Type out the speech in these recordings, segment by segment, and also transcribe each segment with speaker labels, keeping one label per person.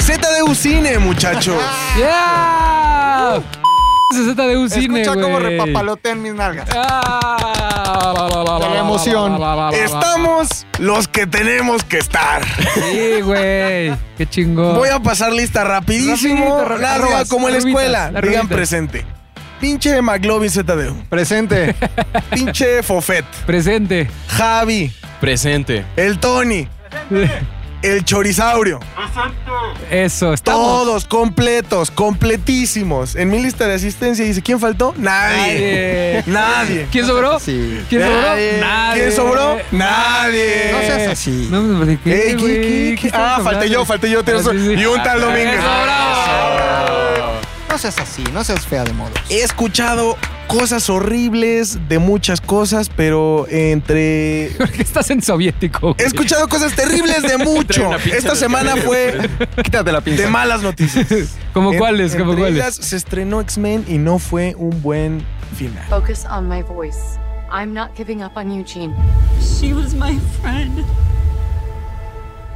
Speaker 1: ZDU Cine, muchachos.
Speaker 2: Ah,
Speaker 1: Uh.
Speaker 2: ¡Yeah! Se de un cine,
Speaker 3: Escucha cómo
Speaker 2: güey.
Speaker 3: repapalotean mis nalgas.
Speaker 2: Ah, la, la, la,
Speaker 3: De la
Speaker 2: la,
Speaker 3: emoción.
Speaker 2: la, la, la, la, la.
Speaker 1: Estamos los que tenemos que estar.
Speaker 2: Sí, güey. Qué chingón.
Speaker 1: Voy a pasar lista rapidísimo.
Speaker 2: Rapidito, ra-
Speaker 1: Larga
Speaker 2: arrobas,
Speaker 1: como en la
Speaker 2: arrobitas,
Speaker 1: escuela. Digan
Speaker 2: arrobitas.
Speaker 1: presente. Pinche McLovin ZDU.
Speaker 3: Presente.
Speaker 1: Pinche Fofet.
Speaker 2: Presente.
Speaker 1: Javi.
Speaker 4: Presente.
Speaker 1: El Tony. El Chorisaurio.
Speaker 2: Eso, estamos.
Speaker 1: Todos completos, completísimos. En mi lista de asistencia dice, ¿quién faltó? Nadie.
Speaker 2: Nadie.
Speaker 1: Nadie.
Speaker 2: ¿Quién sobró?
Speaker 3: Sí.
Speaker 2: ¿Quién sobró?
Speaker 1: Nadie.
Speaker 2: Nadie.
Speaker 1: ¿Quién sobró?
Speaker 3: No
Speaker 2: Eh,
Speaker 3: seas
Speaker 1: Nadie.
Speaker 3: así.
Speaker 2: No, no, ¿de qué,
Speaker 1: Ey, ¿qué,
Speaker 2: güey?
Speaker 1: qué,
Speaker 2: ¿Qué
Speaker 1: qué?
Speaker 2: estamos
Speaker 1: Ah, falté
Speaker 2: hablando?
Speaker 1: yo, falté yo. tienes
Speaker 2: Ah, sí, sí.
Speaker 1: razón. Y un tal Domínguez.
Speaker 2: Eso, bravo.
Speaker 3: No seas así, no seas fea de modos.
Speaker 1: He escuchado cosas horribles de muchas cosas, pero entre...
Speaker 2: ¿Por qué estás en soviético?
Speaker 1: He
Speaker 2: güey?
Speaker 1: escuchado cosas terribles de mucho.
Speaker 4: una pinza
Speaker 1: Esta
Speaker 4: de
Speaker 1: semana fue
Speaker 3: Quítate la pinza.
Speaker 1: de malas noticias.
Speaker 2: ¿Cómo
Speaker 1: En-
Speaker 2: cuáles? ¿Cómo
Speaker 1: entre
Speaker 2: cuáles?
Speaker 1: ellas, se estrenó X-Men y no fue un buen final.
Speaker 5: Focus on my voice. I'm not giving up on you, Gene.
Speaker 6: She was my friend.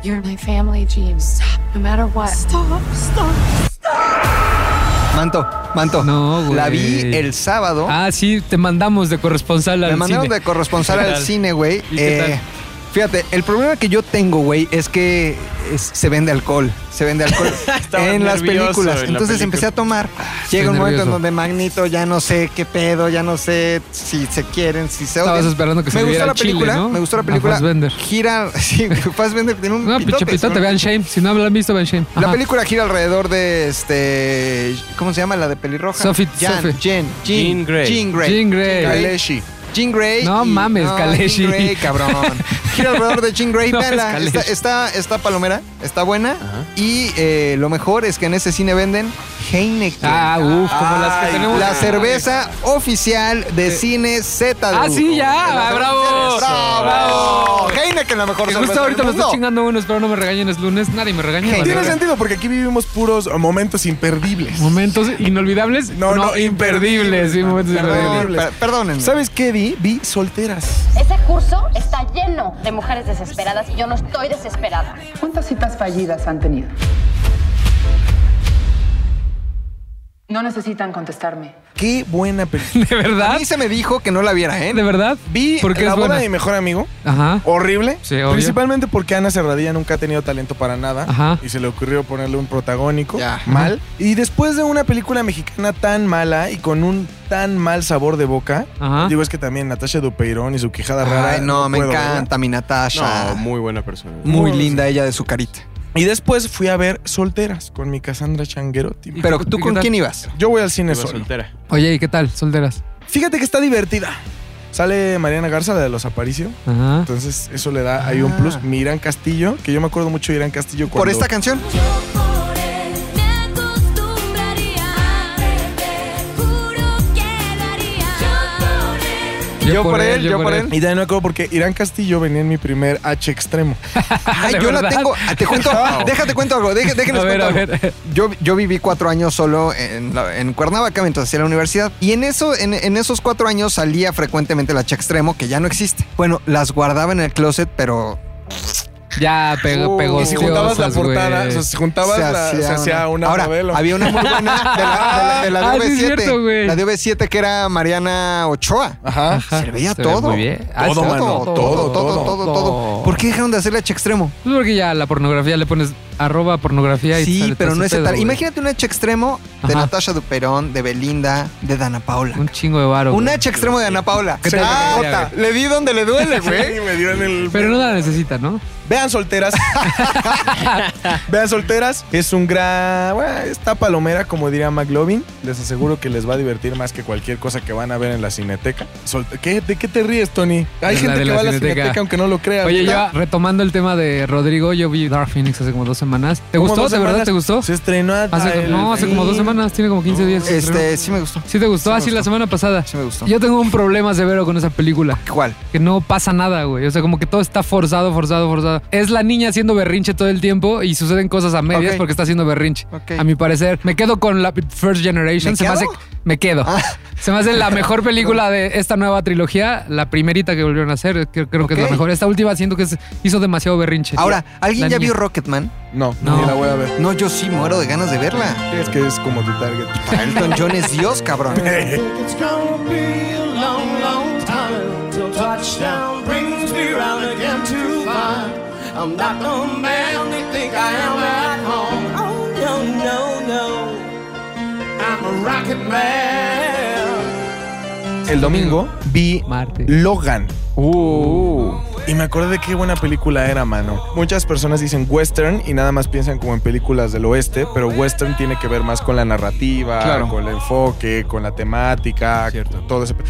Speaker 5: You're my family, Gene. Stop. No matter what.
Speaker 6: Stop, stop.
Speaker 3: Manto, manto.
Speaker 2: No, güey.
Speaker 3: La vi el sábado.
Speaker 2: Ah, sí, te mandamos de corresponsal al
Speaker 3: Me mandaron
Speaker 2: cine.
Speaker 3: de corresponsal
Speaker 2: ¿Qué
Speaker 3: al
Speaker 2: tal?
Speaker 3: cine, güey.
Speaker 2: ¿Y qué
Speaker 3: Eh,
Speaker 2: tal?
Speaker 3: Fíjate, el problema que yo tengo, güey, es que es- se vende alcohol. Se vende alcohol
Speaker 4: Estaba
Speaker 3: en las
Speaker 4: nervioso
Speaker 3: películas.
Speaker 4: en la
Speaker 3: Entonces
Speaker 4: película.
Speaker 3: empecé a tomar.
Speaker 2: Ah, estoy
Speaker 3: Llega un momento en
Speaker 2: nervioso.
Speaker 3: donde Magnito ya no sé qué pedo, ya no sé si se quieren, si se
Speaker 2: Estabas
Speaker 3: odian.
Speaker 2: esperando que se le
Speaker 3: me gustó
Speaker 2: diera
Speaker 3: la
Speaker 2: el chile,
Speaker 3: película,
Speaker 2: ¿no?
Speaker 3: me gustó la
Speaker 2: A
Speaker 3: película.
Speaker 2: Fassbender.
Speaker 3: Gira, sí, Fassbender tiene un
Speaker 2: No, pinche
Speaker 3: pitote,
Speaker 2: pitote,
Speaker 3: ¿no?
Speaker 2: vean Shame. Si no la han visto, vean Shame.
Speaker 3: La
Speaker 2: Ajá.
Speaker 3: película gira alrededor de este. ¿Cómo se llama? La de pelirroja.
Speaker 2: Sophie-
Speaker 3: Jan,
Speaker 2: Sophie.
Speaker 3: Jen,
Speaker 4: Jean Grey.
Speaker 3: Jean Grey.
Speaker 2: Jean Grey.
Speaker 3: Kaleshi. Jean Grey.
Speaker 2: No mames, Kaleshi.
Speaker 3: Jean Grey, cabrón. Gira alrededor de Jean Grey.
Speaker 2: No mames,
Speaker 3: véanla.
Speaker 2: Kaleshi.
Speaker 3: está, está, está palomera, está buena. Y eh, lo mejor es que en ese cine venden Heineken.
Speaker 2: Ah, uff, como las que
Speaker 1: Ay,
Speaker 2: tenemos. Eh.
Speaker 3: la cerveza oficial de cine Z.
Speaker 2: Ah, sí, ya. ah, bravo.
Speaker 3: ¡Bravo! Heineken, la mejor
Speaker 2: Que
Speaker 3: cerveza
Speaker 2: justo ahorita
Speaker 3: del
Speaker 2: me estoy
Speaker 3: mundo.
Speaker 2: chingando uno, espero no me regañen, es lunes, nadie me regaña. vale,
Speaker 1: Tiene
Speaker 2: verga.
Speaker 1: sentido porque aquí vivimos puros momentos imperdibles.
Speaker 2: Momentos inolvidables.
Speaker 1: No,
Speaker 2: No,
Speaker 1: no,
Speaker 2: imperdibles. Sí, momentos
Speaker 1: Perdón.
Speaker 2: imperdibles.
Speaker 3: Per- Perdónenme.
Speaker 1: ¿Sabes qué vi? Vi solteras.
Speaker 7: Ese curso está lleno de mujeres desesperadas y yo no estoy desesperada.
Speaker 8: ¿Cuántas citas fallidas han tenido? No necesitan contestarme.
Speaker 1: Qué buena película.
Speaker 2: ¿De
Speaker 3: A
Speaker 2: verdad?
Speaker 3: mí se me dijo que no la viera, ¿eh?
Speaker 2: ¿De verdad?
Speaker 1: Vi
Speaker 2: Porque
Speaker 1: la
Speaker 2: es
Speaker 1: boda
Speaker 2: buena.
Speaker 1: de mi mejor amigo.
Speaker 2: Ajá.
Speaker 1: Horrible.
Speaker 2: Sí, obvio.
Speaker 1: Principalmente porque Ana Serradilla nunca ha tenido talento para nada.
Speaker 2: Ajá.
Speaker 1: Y se le ocurrió ponerle un protagónico.
Speaker 3: Ya.
Speaker 1: Mal. Y después de una película mexicana tan mala y con un tan mal sabor de boca.
Speaker 2: Ajá.
Speaker 1: Digo, es que también Natasha Dupeirón y su quijada rara.
Speaker 3: Ay, no, me
Speaker 1: puedo verla.
Speaker 3: encanta mi Natasha.
Speaker 4: No, muy buena persona.
Speaker 3: muy linda ella de su carita.
Speaker 1: Y después fui a ver Solteras con mi Cassandra Changuerotti.
Speaker 2: ¿Y
Speaker 3: Pero
Speaker 2: qué-
Speaker 3: tú
Speaker 2: qué
Speaker 3: con
Speaker 2: tal?
Speaker 3: quién ibas?
Speaker 1: Yo voy al cine
Speaker 4: Iba
Speaker 1: solo.
Speaker 4: soltera.
Speaker 2: Oye, ¿y qué tal? Solteras.
Speaker 1: Fíjate que está divertida. Sale Mariana Garza, la de los Aparicio.
Speaker 2: Ajá.
Speaker 1: Entonces, eso le da ahí un
Speaker 3: Ah.
Speaker 1: plus. Mi Irán Castillo, que yo me acuerdo mucho de Irán Castillo cuando...
Speaker 3: Por esta canción.
Speaker 6: Yo por él me acostumbraría a verte. Juro que lo haría.
Speaker 3: Yo
Speaker 6: Yo por él.
Speaker 3: por él, yo por él.
Speaker 1: Y también me acuerdo porque Irán Castillo venía en mi primer H extremo.
Speaker 3: Ay,
Speaker 2: ¿De
Speaker 3: yo la
Speaker 2: verdad?
Speaker 3: tengo. Ah, Te cuento. déjate cuento algo. deje- déjenles
Speaker 2: A ver,
Speaker 3: cuento
Speaker 2: a
Speaker 3: algo.
Speaker 2: ver.
Speaker 3: Yo, yo viví cuatro años solo en, la- en Cuernavaca mientras hacía la universidad. Y en, eso, en, en esos cuatro años salía frecuentemente la hacha extremo, que ya no existe. Bueno, las guardaba en el closet, pero
Speaker 2: Ya, pegó, pegó.
Speaker 1: y si juntabas la portada, o sea, si juntabas la- se hacía una,
Speaker 3: Ahora,
Speaker 1: novela.
Speaker 3: había una muy buena de la, de la- de la
Speaker 2: Ah,
Speaker 3: de
Speaker 2: sí es
Speaker 3: OV7.
Speaker 2: cierto, güey.
Speaker 3: la de OV7 que era Mariana Ochoa.
Speaker 2: Ah,
Speaker 1: Ajá.
Speaker 3: Se veía todo.
Speaker 2: Muy bien. Ah,
Speaker 1: Todo,
Speaker 2: sí,
Speaker 1: mano,
Speaker 3: todo, todo, todo, todo, todo. ¿Por qué dejaron de hacer la hacha extremo?
Speaker 2: Pues porque ya la pornografía le pones arroba pornografía y te
Speaker 3: Sí,
Speaker 2: sale
Speaker 3: pero
Speaker 2: todo
Speaker 3: no es
Speaker 2: ese pedo,
Speaker 3: tal.
Speaker 2: güey.
Speaker 3: Imagínate un hacha extremo de
Speaker 2: Ajá.
Speaker 3: Natasha Duperón, de Belinda, de Dana Paula.
Speaker 2: Un chingo de varo.
Speaker 3: Un
Speaker 2: güey.
Speaker 3: hacha extremo de Ah, Ana Paula.
Speaker 2: ¿Qué
Speaker 3: Se
Speaker 2: tal?
Speaker 3: la bota. Le di donde le duele, güey.
Speaker 1: Sí, me dio en el-
Speaker 2: Pero no la necesita, ¿no?
Speaker 1: Vean solteras. Vean solteras. Es un gran. Bueno, está palomera, como diría McLovin. Les aseguro que les va a divertir más que cualquier cosa que van a ver en la cineteca. Solte- ¿Qué? ¿De qué te ríes, Tony? Hay
Speaker 2: Es la
Speaker 1: gente
Speaker 2: de
Speaker 1: que
Speaker 2: la
Speaker 1: va a la
Speaker 2: cineteca.
Speaker 1: cineteca, aunque no lo crea.
Speaker 2: Oye,
Speaker 1: ¿verdad?
Speaker 2: ya retomando el tema de Rodrigo, yo vi Dark Phoenix hace como dos semanas. ¿Te
Speaker 1: Como
Speaker 2: gustó?
Speaker 1: dos
Speaker 2: ¿De verdad
Speaker 1: semanas
Speaker 2: te gustó?
Speaker 1: Se estrenó
Speaker 2: Hace-
Speaker 1: el
Speaker 2: no, hace como dos
Speaker 1: fin.
Speaker 2: semanas, tiene como 15 días. que se
Speaker 3: Este,
Speaker 2: estrenó.
Speaker 3: sí me gustó.
Speaker 2: ¿Sí te gustó?
Speaker 3: sí me
Speaker 2: así
Speaker 3: gustó.
Speaker 2: la semana pasada.
Speaker 3: Sí me gustó.
Speaker 2: Yo tengo un problema severo con esa película.
Speaker 3: ¿Cuál?
Speaker 2: Que no pasa nada, güey. O sea, como que todo está forzado, forzado, forzado. Es la niña haciendo berrinche todo el tiempo y suceden cosas a medias
Speaker 3: Ok.
Speaker 2: porque está haciendo berrinche.
Speaker 3: Ok.
Speaker 2: A mi parecer, me quedo con la First Generation.
Speaker 3: ¿Me
Speaker 2: se me
Speaker 3: quedo?
Speaker 2: hace. Me quedo.
Speaker 3: Ah.
Speaker 2: Se me hace la mejor película de esta nueva trilogía, la primerita que volvieron a hacer. Creo, creo que es la
Speaker 3: Ok.
Speaker 2: mejor. Esta última siento que es- hizo demasiado berrinche.
Speaker 3: Ahora, ¿alguien
Speaker 2: La
Speaker 3: ya
Speaker 2: niña.
Speaker 3: vio Rocketman?
Speaker 1: No,
Speaker 2: No.
Speaker 1: ni la voy a ver.
Speaker 3: No, yo sí muero de ganas de verla.
Speaker 1: Es que es como tu target.
Speaker 3: Elton John es Dios, cabrón.
Speaker 9: It's gonna be a long, long time till touchdown brings me round again to find I'm not the man they think I am at home. Oh no, no, no, I'm a rocket man.
Speaker 1: El domingo vi
Speaker 2: Marte.
Speaker 1: Logan.
Speaker 4: Uh.
Speaker 1: Y me acordé de qué buena película era, mano. Muchas personas dicen western y nada más piensan como en películas del oeste, pero western tiene que ver más con la narrativa,
Speaker 3: Claro.
Speaker 1: con el enfoque, con la temática,
Speaker 4: Cierto.
Speaker 1: todo ese. pe-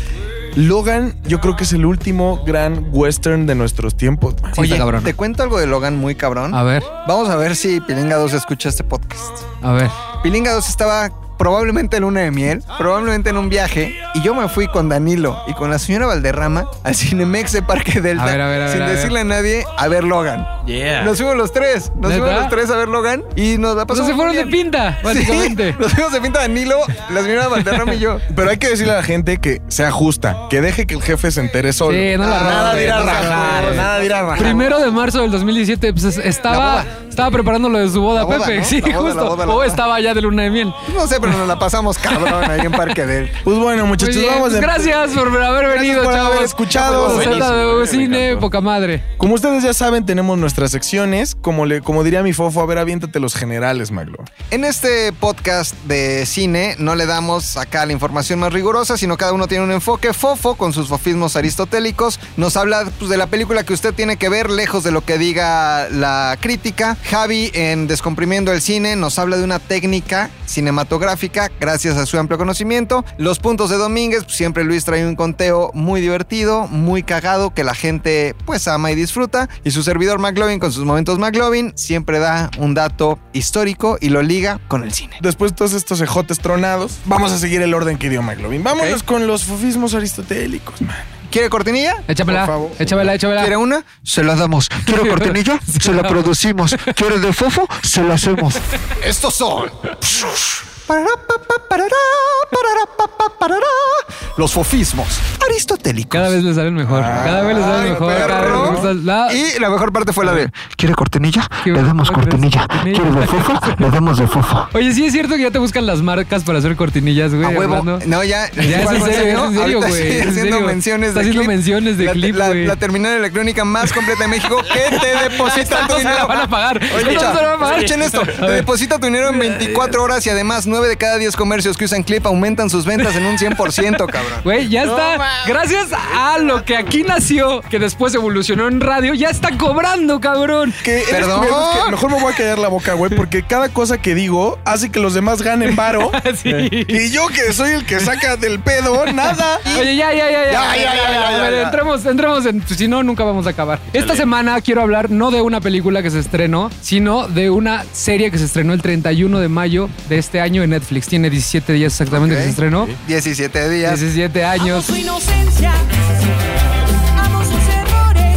Speaker 1: Logan, yo creo que es el último gran western de nuestros tiempos. man.
Speaker 2: Sí, está cabrón.
Speaker 3: Te cuento algo de Logan muy cabrón.
Speaker 2: A ver,
Speaker 3: Vamos a ver si Pilinga 2 escucha este podcast.
Speaker 2: a ver.
Speaker 3: Pilinga 2 estaba probablemente en luna de miel, probablemente en un viaje, y yo me fui con Danilo y con la señora Valderrama al Cinemex de Parque Delta,
Speaker 2: A ver, a ver, a
Speaker 3: sin
Speaker 2: ver, a ver.
Speaker 3: decirle a nadie, a ver Logan.
Speaker 4: Yeah.
Speaker 3: Nos fuimos los tres, nos
Speaker 2: ¿Neta?
Speaker 3: fuimos los tres a ver Logan y nos la
Speaker 2: Pues
Speaker 3: pasamos
Speaker 2: se fueron
Speaker 3: muy
Speaker 2: de
Speaker 3: bien.
Speaker 2: pinta, básicamente.
Speaker 3: Sí, nos fuimos de pinta Danilo, la señora Valderrama y yo.
Speaker 1: Pero hay que decirle a la gente que sea justa, que deje que el jefe se entere solo.
Speaker 2: Sí, no la
Speaker 1: nada
Speaker 2: roben,
Speaker 1: de ir a
Speaker 2: no la
Speaker 1: rajar,
Speaker 2: roben.
Speaker 1: nada de ir a rajar.
Speaker 2: Primero de marzo del 2017, pues
Speaker 3: La
Speaker 2: estaba,
Speaker 3: boda.
Speaker 2: estaba preparando lo de su boda,
Speaker 3: La boda,
Speaker 2: Pepe.
Speaker 3: ¿no?
Speaker 2: Sí,
Speaker 3: La boda, la
Speaker 2: justo.
Speaker 3: boda, la
Speaker 2: o
Speaker 3: boda.
Speaker 2: estaba ya de luna de miel.
Speaker 3: No sé, pero nos la pasamos cabrón ahí en Parque Delta.
Speaker 1: Pues bueno,
Speaker 2: Muy
Speaker 1: muchachos,
Speaker 2: bien,
Speaker 1: vamos
Speaker 2: pues
Speaker 1: de-
Speaker 2: gracias por haber venido,
Speaker 1: por haber
Speaker 2: chavos.
Speaker 1: escuchado.
Speaker 2: Se trata de
Speaker 4: Buenísimo, me
Speaker 2: cine,
Speaker 4: encantó.
Speaker 2: poca madre.
Speaker 1: Como ustedes ya saben, tenemos nuestras secciones. Como, le, como diría mi fofo, a ver, aviéntate los generales, Maglo.
Speaker 3: En este podcast de cine no le damos acá la información más rigurosa, sino cada uno tiene un enfoque. Fofo, con sus fofismos aristotélicos, nos habla pues, de la película que usted tiene que ver, lejos de lo que diga la crítica. Javi, en Descomprimiendo el Cine, nos habla de una técnica cinematográfica, gracias a su amplio conocimiento. Los puntos de Domínguez, pues, siempre Luis trae un conteo muy divertido, muy cagado, que la gente pues ama y disfruta. Y su servidor McLovin, con sus momentos McLovin, siempre da un dato histórico y lo liga con el cine.
Speaker 1: Después de todos estos ejotes tronados, vamos a seguir el orden que dio McLovin. Vámonos con los fofismos aristotélicos, man.
Speaker 3: ¿Quiere cortinilla?
Speaker 2: Échamela,
Speaker 1: Por favor.
Speaker 2: échamela, échamela.
Speaker 3: ¿Quiere una?
Speaker 10: Se la damos. ¿Quiere cortinilla? Se la producimos. ¿Quiere de fofo? Se la hacemos.
Speaker 3: Estos son. Los fofismos aristotélicos.
Speaker 2: Cada vez le salen mejor. cada vez le salen
Speaker 3: Ay,
Speaker 2: mejor. Cada vez
Speaker 3: perro.
Speaker 2: le gustan- la-
Speaker 3: Y la mejor parte fue la de.
Speaker 10: ¿Quiere cortinilla? Le damos cortinilla. ¿Quiere de fofo? Le damos de fofo.
Speaker 2: Oye, sí es cierto que ya te buscan las marcas para hacer cortinillas, güey.
Speaker 3: A huevo.
Speaker 2: Armando.
Speaker 3: No, ya.
Speaker 2: Ya, es en serio, es en serio,
Speaker 3: Ahorita
Speaker 2: güey,
Speaker 3: sí,
Speaker 2: es en
Speaker 3: haciendo
Speaker 2: serio.
Speaker 3: menciones
Speaker 2: Está
Speaker 3: de
Speaker 2: haciendo
Speaker 3: clip.
Speaker 2: menciones de
Speaker 3: La-
Speaker 2: clip,
Speaker 3: la,
Speaker 2: güey.
Speaker 3: la terminal electrónica más completa de México que te deposita
Speaker 2: Esta no
Speaker 3: tu
Speaker 2: se
Speaker 3: dinero.
Speaker 2: la van a pagar. Esta no
Speaker 3: Oye, escucha,
Speaker 2: se la van a pagar.
Speaker 3: escuchen esto.
Speaker 2: A
Speaker 3: Te
Speaker 2: ver.
Speaker 3: deposita tu dinero en 24 horas y además 9 de cada 10 comercios que usan clip aumentan sus ventas en un 100%, cabrón.
Speaker 2: Güey, ya está. Gracias a lo que aquí nació, que después evolucionó en radio, ya está cobrando, cabrón.
Speaker 1: Que eres
Speaker 3: Perdón.
Speaker 1: tú, güey, que mejor me voy a callar la boca, güey, porque cada cosa que digo hace que los demás ganen varo.
Speaker 2: Sí.
Speaker 1: y yo que soy el que saca del pedo, nada.
Speaker 2: Oye, ya, ya, ya, ya.
Speaker 1: Ya, ya, ya, ya,
Speaker 2: A ver,
Speaker 1: ya, ya.
Speaker 2: Entremos, entremos en. Si no, nunca vamos a acabar. Esta semana quiero hablar no de una película que se estrenó, sino de una serie que se estrenó el 31 de mayo de este año en Netflix. Tiene 17 días exactamente
Speaker 3: Ok.
Speaker 2: que se estrenó.
Speaker 3: 17 días.
Speaker 2: 17
Speaker 6: Amo
Speaker 2: años.
Speaker 6: su inocencia, amo sus errores.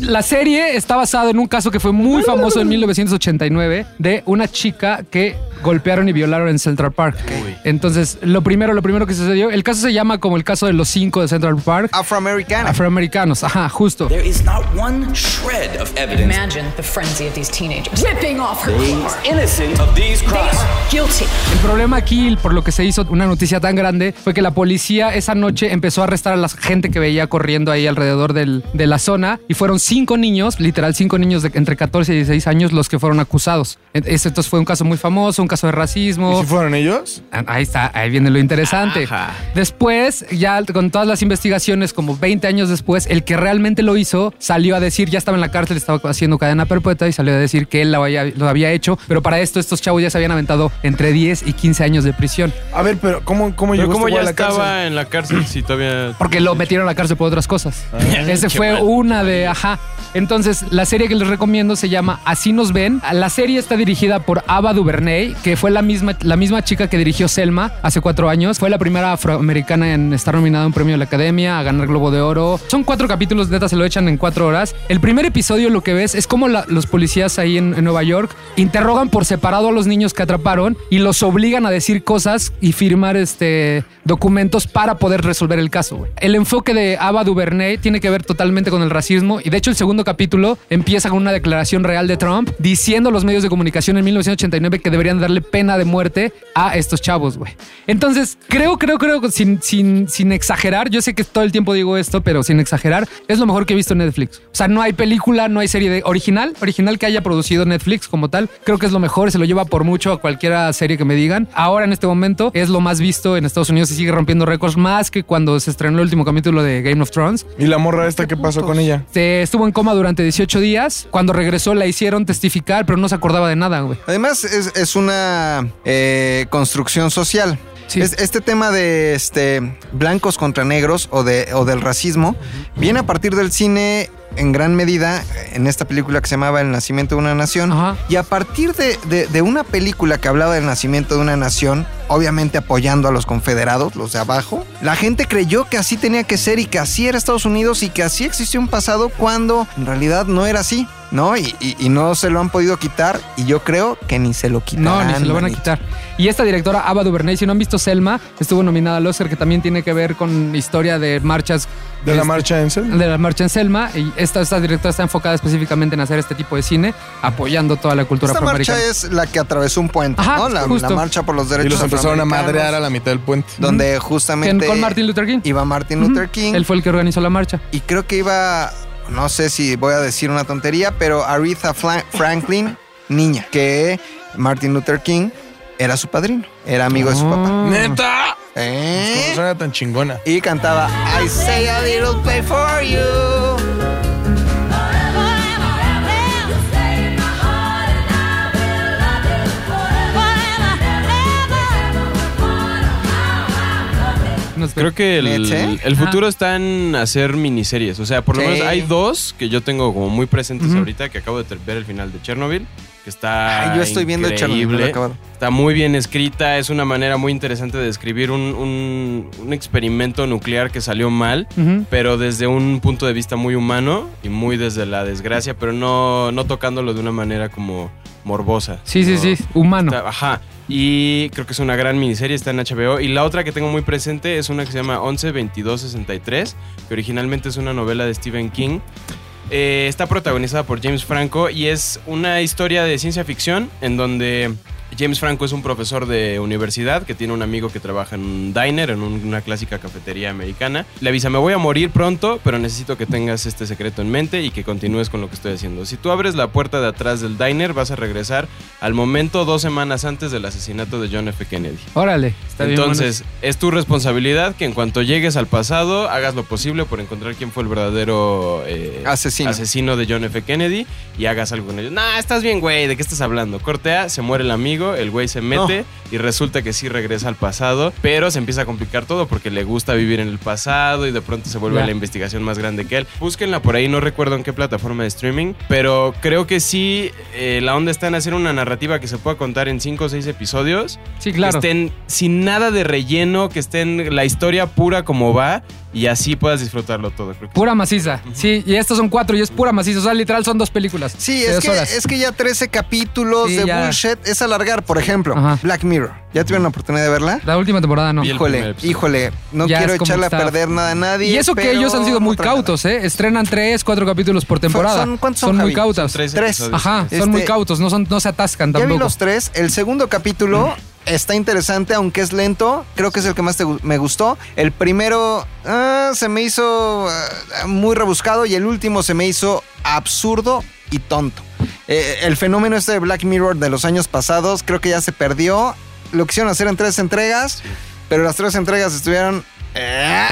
Speaker 2: La serie está basada en un caso que fue muy famoso en 1989 de una chica que golpearon y violaron en Central Park. Entonces, lo primero, lo primero que sucedió, el caso se llama como el caso de los cinco de Central Park.
Speaker 3: Ah. Afroamericana.
Speaker 2: Afroamericanos, ajá, justo.
Speaker 9: There is not one shred of evidence
Speaker 11: Imagine the frenzy of these teenagers ripping off her
Speaker 9: he's innocent of these crimes.
Speaker 11: guilty.
Speaker 2: El problema aquí, por lo que se hizo una noticia tan grande, fue que la policía esa noche empezó a arrestar a la gente que veía corriendo ahí alrededor del- de la zona y fueron cinco niños, literal cinco niños de entre 14 y 16 años los que fueron acusados. Este entonces fue un caso muy famoso, un caso de racismo.
Speaker 1: ¿Y si fueron ellos?
Speaker 2: ah, Ahí está, ahí viene lo interesante.
Speaker 4: Ajá.
Speaker 2: Después, ya con todas las investigaciones, como 20 años después, el que realmente lo hizo salió a decir, ya estaba en la cárcel, estaba haciendo cadena perpetua y salió a decir que él lo había, lo había hecho, pero para esto estos chavos ya se habían aventado entre 10 y 15 años de prisión,
Speaker 1: A ver, pero ¿cómo, cómo
Speaker 4: Pero
Speaker 1: llegó
Speaker 4: como
Speaker 1: este güey
Speaker 4: ya
Speaker 1: a la
Speaker 4: estaba
Speaker 1: cárcel?
Speaker 4: en la cárcel si todavía...
Speaker 2: porque lo metieron a la cárcel por otras cosas. Ese
Speaker 4: Qué
Speaker 2: fue
Speaker 4: mal.
Speaker 2: una de, ajá. Entonces, la serie que les recomiendo se llama Así nos ven. La serie está dirigida por Ava DuVernay, que fue la misma, la misma chica que dirigió Selma hace cuatro años. Fue la primera afroamericana en estar nominada a un premio de la Academia, a ganar Globo de Oro. Son cuatro capítulos, neta, se lo echan en cuatro horas. El primer episodio lo que ves es como la- los policías ahí en, en Nueva York interrogan por separado a los niños que atraparon y los obligan a decir cosas y firmar este, documentos para poder resolver el caso. güey. El enfoque de Ava DuVernay tiene que ver totalmente con el racismo y de hecho el segundo capítulo empieza con una declaración real de Trump diciendo a los medios de comunicación en 1989 que deberían darle pena de muerte a estos chavos, güey. Entonces, creo, creo, creo, que sin, sin, sin exagerar, yo sé que todo el tiempo digo esto, pero sin exagerar, es lo mejor que he visto en Netflix. O sea, no hay película, no hay serie de original, original que haya producido Netflix como tal. Creo que es lo mejor, se lo lleva por mucho a cualquiera serie que me digan. Ahora en este momento es lo más visto en Estados Unidos y sigue rompiendo récords más que cuando se estrenó el último capítulo de Game of Thrones.
Speaker 1: ¿Y la morra esta qué pasó con ella?
Speaker 2: Este, estuvo en coma durante 18 días. Cuando regresó la hicieron testificar, pero no se acordaba de nada, güey.
Speaker 3: Además, es, es una eh, construcción social. Es- este tema de este, blancos contra negros o, de, o del racismo viene a partir del cine en gran medida en esta película que se llamaba El nacimiento de una nación. Y a partir de, de- de una película que hablaba del nacimiento de una nación, obviamente apoyando a los confederados, los de abajo, la gente creyó que así tenía que ser y que así era Estados Unidos y que así existió un pasado cuando en realidad no era así. ¿No? Y, y- y no se lo han podido quitar y yo creo que ni se lo quitarán.
Speaker 2: No, ni se lo van a
Speaker 3: manito.
Speaker 2: quitar. Y esta directora, Ava DuVernay, si no han visto Selma, estuvo nominada al Oscar, que también tiene que ver con historia de marchas. este,
Speaker 1: ¿De
Speaker 4: Este,
Speaker 1: la marcha en Selma?
Speaker 2: De la marcha en Selma. Y esta, esta directora está enfocada específicamente en hacer este tipo de cine, apoyando toda la cultura
Speaker 3: Esta
Speaker 2: afroamericana.
Speaker 3: marcha es la que atravesó un puente,
Speaker 2: Ajá,
Speaker 3: ¿no? La,
Speaker 2: justo.
Speaker 3: la marcha por los
Speaker 1: Y
Speaker 3: derechos
Speaker 1: los empezaron a
Speaker 3: afroamericanos,
Speaker 1: madrear a la mitad del puente.
Speaker 4: ¿Eh?
Speaker 3: Donde justamente...
Speaker 2: En- con Martin Luther King.
Speaker 3: Iba Martin Luther King.
Speaker 2: Él fue el que organizó la marcha.
Speaker 3: Y creo que iba, no sé si voy a decir una tontería, pero Aretha Fla- Franklin, niña, que Martin Luther King era su padrino, era amigo de su
Speaker 2: Ah. Oh,
Speaker 3: papá.
Speaker 1: ¡Neta!
Speaker 3: ¿Eh?
Speaker 1: No suena tan chingona.
Speaker 3: Y cantaba I say a little play for you.
Speaker 4: Creo que el,
Speaker 3: ¿Neta? Ah.
Speaker 4: el futuro está en hacer miniseries. O sea, por lo
Speaker 3: Sí.
Speaker 4: menos hay dos que yo tengo como muy presentes
Speaker 3: Ujú.
Speaker 4: ahorita, que acabo de ter- ver el final de Chernobyl, que está
Speaker 3: Ay, yo estoy viendo Chernobyl, no lo he
Speaker 4: increíble.
Speaker 3: acabado.
Speaker 4: Está muy bien escrita, es una manera muy interesante de escribir un, un- un experimento nuclear que salió mal,
Speaker 2: Ujú.
Speaker 4: pero desde un punto de vista muy humano y muy desde la desgracia, pero no, no tocándolo de una manera como morbosa.
Speaker 2: Sí, sí,
Speaker 4: sino-
Speaker 2: sí. Humano.
Speaker 4: Está- ajá. Y creo que es una gran miniserie, está en HBO. Y la otra que tengo muy presente es una que se llama 11-22-63, que originalmente es una novela de Stephen King. Eh, está protagonizada por James Franco y es una historia de ciencia ficción en donde James Franco es un profesor de universidad que tiene un amigo que trabaja en un diner, en un- una clásica cafetería americana. Le avisa, me voy a morir pronto, pero necesito que tengas este secreto en mente y que continúes con lo que estoy haciendo. Si tú abres la puerta de atrás del diner, vas a regresar al momento dos semanas antes del asesinato de John F. Kennedy.
Speaker 2: Órale. Está bien,
Speaker 4: Entonces, es tu responsabilidad que en cuanto llegues al pasado, hagas lo posible por encontrar quién fue el verdadero eh,
Speaker 3: Asesino.
Speaker 4: de John F. Kennedy y hagas algo con ello. Nah, estás bien, güey, ¿de qué estás hablando? Cortea, se muere el amigo, el güey se mete y resulta que sí regresa al pasado, pero se empieza a complicar todo porque le gusta vivir en el pasado y de pronto se vuelve
Speaker 2: Ya.
Speaker 4: la investigación más grande que él. Búsquenla por ahí, no recuerdo en qué plataforma de streaming, pero creo que sí, eh, la onda está en hacer una narrativa que se pueda contar en 5 o 6 episodios
Speaker 2: bueno. Sí, claro.
Speaker 4: que estén sin nada de relleno, que estén la historia pura como va y así puedas disfrutarlo todo. Creo que-
Speaker 2: Pura maciza. Sí, y estas son cuatro y es pura maciza. O sea, literal son dos películas.
Speaker 3: Sí,
Speaker 2: de
Speaker 3: es
Speaker 2: dos
Speaker 3: que,
Speaker 2: horas.
Speaker 3: es que ya 13 capítulos
Speaker 2: Sí,
Speaker 3: de
Speaker 2: ya.
Speaker 3: bullshit es alargar. Por ejemplo,
Speaker 2: Ajá.
Speaker 3: Black Mirror. ¿Ya tuvieron la oportunidad de verla?
Speaker 2: La última temporada no.
Speaker 4: Vi el primer
Speaker 3: Híjole,
Speaker 4: episodio.
Speaker 3: híjole, no
Speaker 2: Ya
Speaker 3: quiero
Speaker 2: es como
Speaker 3: echarle a
Speaker 2: está.
Speaker 3: perder nada a nadie.
Speaker 2: Y eso que
Speaker 3: pero
Speaker 2: ellos han sido muy
Speaker 3: no traen
Speaker 2: cautos, ¿eh? Estrenan tres, cuatro capítulos por temporada.
Speaker 3: Son- ¿cuántos son,
Speaker 2: muy
Speaker 3: Javi?
Speaker 2: cautos.
Speaker 4: Son tres
Speaker 3: Tres.
Speaker 4: episodios.
Speaker 2: Ajá,
Speaker 3: Este-
Speaker 2: son muy cautos, no, son, no se atascan
Speaker 3: Ya vi
Speaker 2: tampoco.
Speaker 3: los tres. El segundo capítulo está interesante, aunque es lento. Creo que es el que más te gu- me gustó. El primero ah, se me hizo ah, muy rebuscado y el último se me hizo absurdo y tonto. Eh, el fenómeno este de Black Mirror de los años pasados creo que ya se perdió. Lo quisieron hacer en tres entregas, pero las tres entregas estuvieron... eh,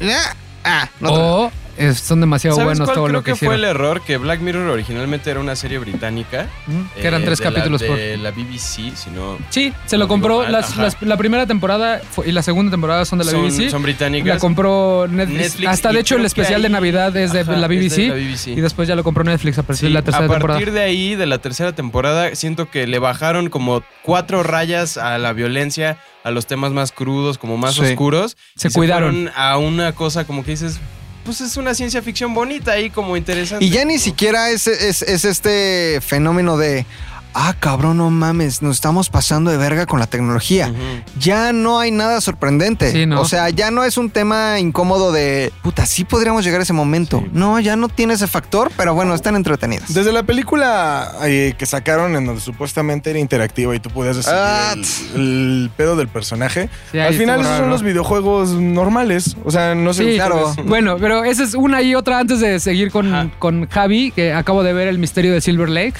Speaker 3: eh, ah, no tra-
Speaker 2: O es- son demasiado
Speaker 4: ¿Sabes
Speaker 2: buenos
Speaker 4: cuál
Speaker 2: todo
Speaker 4: creo
Speaker 2: lo que,
Speaker 4: que, fue el
Speaker 2: hicieron.
Speaker 4: error? Que Black Mirror originalmente era una serie británica.
Speaker 2: ¿Mm? que eran tres
Speaker 4: Eh, de la-
Speaker 2: capítulos por-
Speaker 4: de la BBC, si no...
Speaker 2: Sí, se lo
Speaker 4: no digo
Speaker 2: compró.
Speaker 4: mal,
Speaker 2: las-
Speaker 4: ajá.
Speaker 2: las- la primera temporada fue- y la segunda temporada son de la
Speaker 4: Son-
Speaker 2: BBC.
Speaker 4: son británicas.
Speaker 2: La compró Netflix.
Speaker 4: Netflix,
Speaker 2: Hasta
Speaker 4: y
Speaker 2: de hecho el
Speaker 4: creo que
Speaker 2: especial de
Speaker 4: ahí-
Speaker 2: Navidad es de,
Speaker 4: ajá,
Speaker 2: la
Speaker 4: es de
Speaker 2: BBC,
Speaker 4: la BBC.
Speaker 2: Y después ya lo compró Netflix a partir
Speaker 4: Sí,
Speaker 2: de la
Speaker 4: a
Speaker 2: tercera
Speaker 4: partir
Speaker 2: temporada.
Speaker 4: de ahí, de la tercera temporada, siento que le bajaron como cuatro rayas a la violencia, a los temas más crudos, como más
Speaker 2: Sí.
Speaker 4: oscuros.
Speaker 2: Se
Speaker 4: y
Speaker 2: cuidaron.
Speaker 4: fueron a una cosa como que dices, pues es una ciencia ficción bonita y como interesante.
Speaker 3: Y ya ni siquiera es, es- es este fenómeno de, ah, cabrón, no mames, nos estamos pasando de verga con la tecnología. Ya no hay nada sorprendente.
Speaker 2: Sí, ¿no?
Speaker 3: O sea, ya no es un tema incómodo de, puta, sí podríamos llegar a ese momento. No, ya no tiene ese factor, pero bueno, están entretenidas.
Speaker 1: Desde la película eh, que sacaron en donde supuestamente era interactiva y tú podías decidir
Speaker 3: Ah,
Speaker 1: el, el pedo del personaje,
Speaker 2: Sí, ahí
Speaker 1: al final
Speaker 2: estuvo
Speaker 1: esos
Speaker 2: raro,
Speaker 1: son
Speaker 2: ¿no?
Speaker 1: los videojuegos normales. O sea, no sé.
Speaker 2: Sí,
Speaker 1: ustedes.
Speaker 2: Bueno, pero esa es una y otra antes de seguir con, con Javi, que acabo de ver El Misterio de Silver Lake.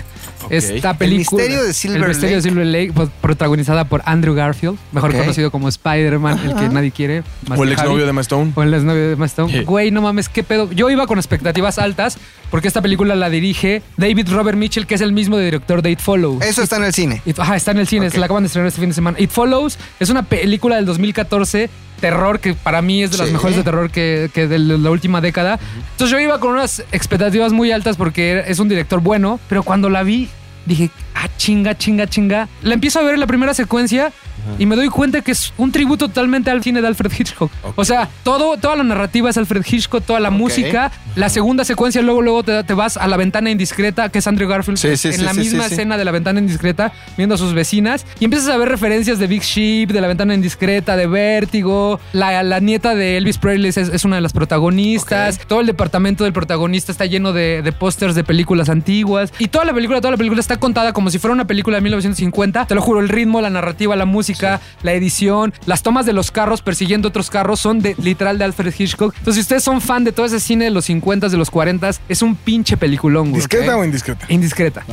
Speaker 2: Esta
Speaker 3: El
Speaker 2: película.
Speaker 3: Misterio de Silver
Speaker 2: El Misterio de
Speaker 3: Lake.
Speaker 2: Silver Lake, pues, protagonizada por Andrew Garfield, mejor
Speaker 3: Ok.
Speaker 2: conocido como Spider-Man, el que
Speaker 3: Ajá.
Speaker 2: nadie quiere. más
Speaker 1: O el
Speaker 2: que Javi.
Speaker 1: exnovio de Mastone.
Speaker 2: O el exnovio de Emma Stone.
Speaker 1: Sí.
Speaker 2: Güey, no mames, qué pedo. Yo iba con expectativas altas porque esta película la dirige David Robert Mitchell, que es el mismo director de It Follows.
Speaker 3: Eso está en el cine.
Speaker 2: It- ajá, está en el cine,
Speaker 3: Ok.
Speaker 2: se la acaban de estrenar este fin de semana. It Follows es una película del 2014, terror, que para mí es de las
Speaker 3: Sí.
Speaker 2: mejores de terror que, que de la última década. Entonces yo iba con unas expectativas muy altas porque es un director bueno, pero cuando la vi dije, ah, chinga, chinga, chinga. La empiezo a ver en la primera secuencia y me doy cuenta que es un tributo totalmente al cine de Alfred Hitchcock. O sea, todo, toda la narrativa es Alfred Hitchcock, toda la música. La segunda secuencia, luego, luego te, te vas a la ventana indiscreta, que es Andrew Garfield,
Speaker 3: Sí, sí,
Speaker 2: en
Speaker 3: sí,
Speaker 2: la
Speaker 3: sí,
Speaker 2: misma
Speaker 3: sí, sí.
Speaker 2: escena escena de la ventana indiscreta viendo a sus vecinas y empiezas a ver referencias de Big Ship, de la ventana indiscreta, de Vértigo. La, la nieta de Elvis Presley es, es una de las protagonistas. Todo el departamento del protagonista está lleno de, de pósters de películas antiguas. Y toda la película, toda la película está contada como si fuera una película de 1950. Te lo juro, el ritmo, la narrativa, la música, la edición, las tomas de los carros persiguiendo otros carros son de literal de Alfred Hitchcock. Entonces, si ustedes son fan de todo ese cine de los 50s, de los 40s, es un pinche peliculón, güey.
Speaker 1: ¿Discreta
Speaker 2: Ok.
Speaker 1: o indiscreta?
Speaker 2: Eh, Indiscreta.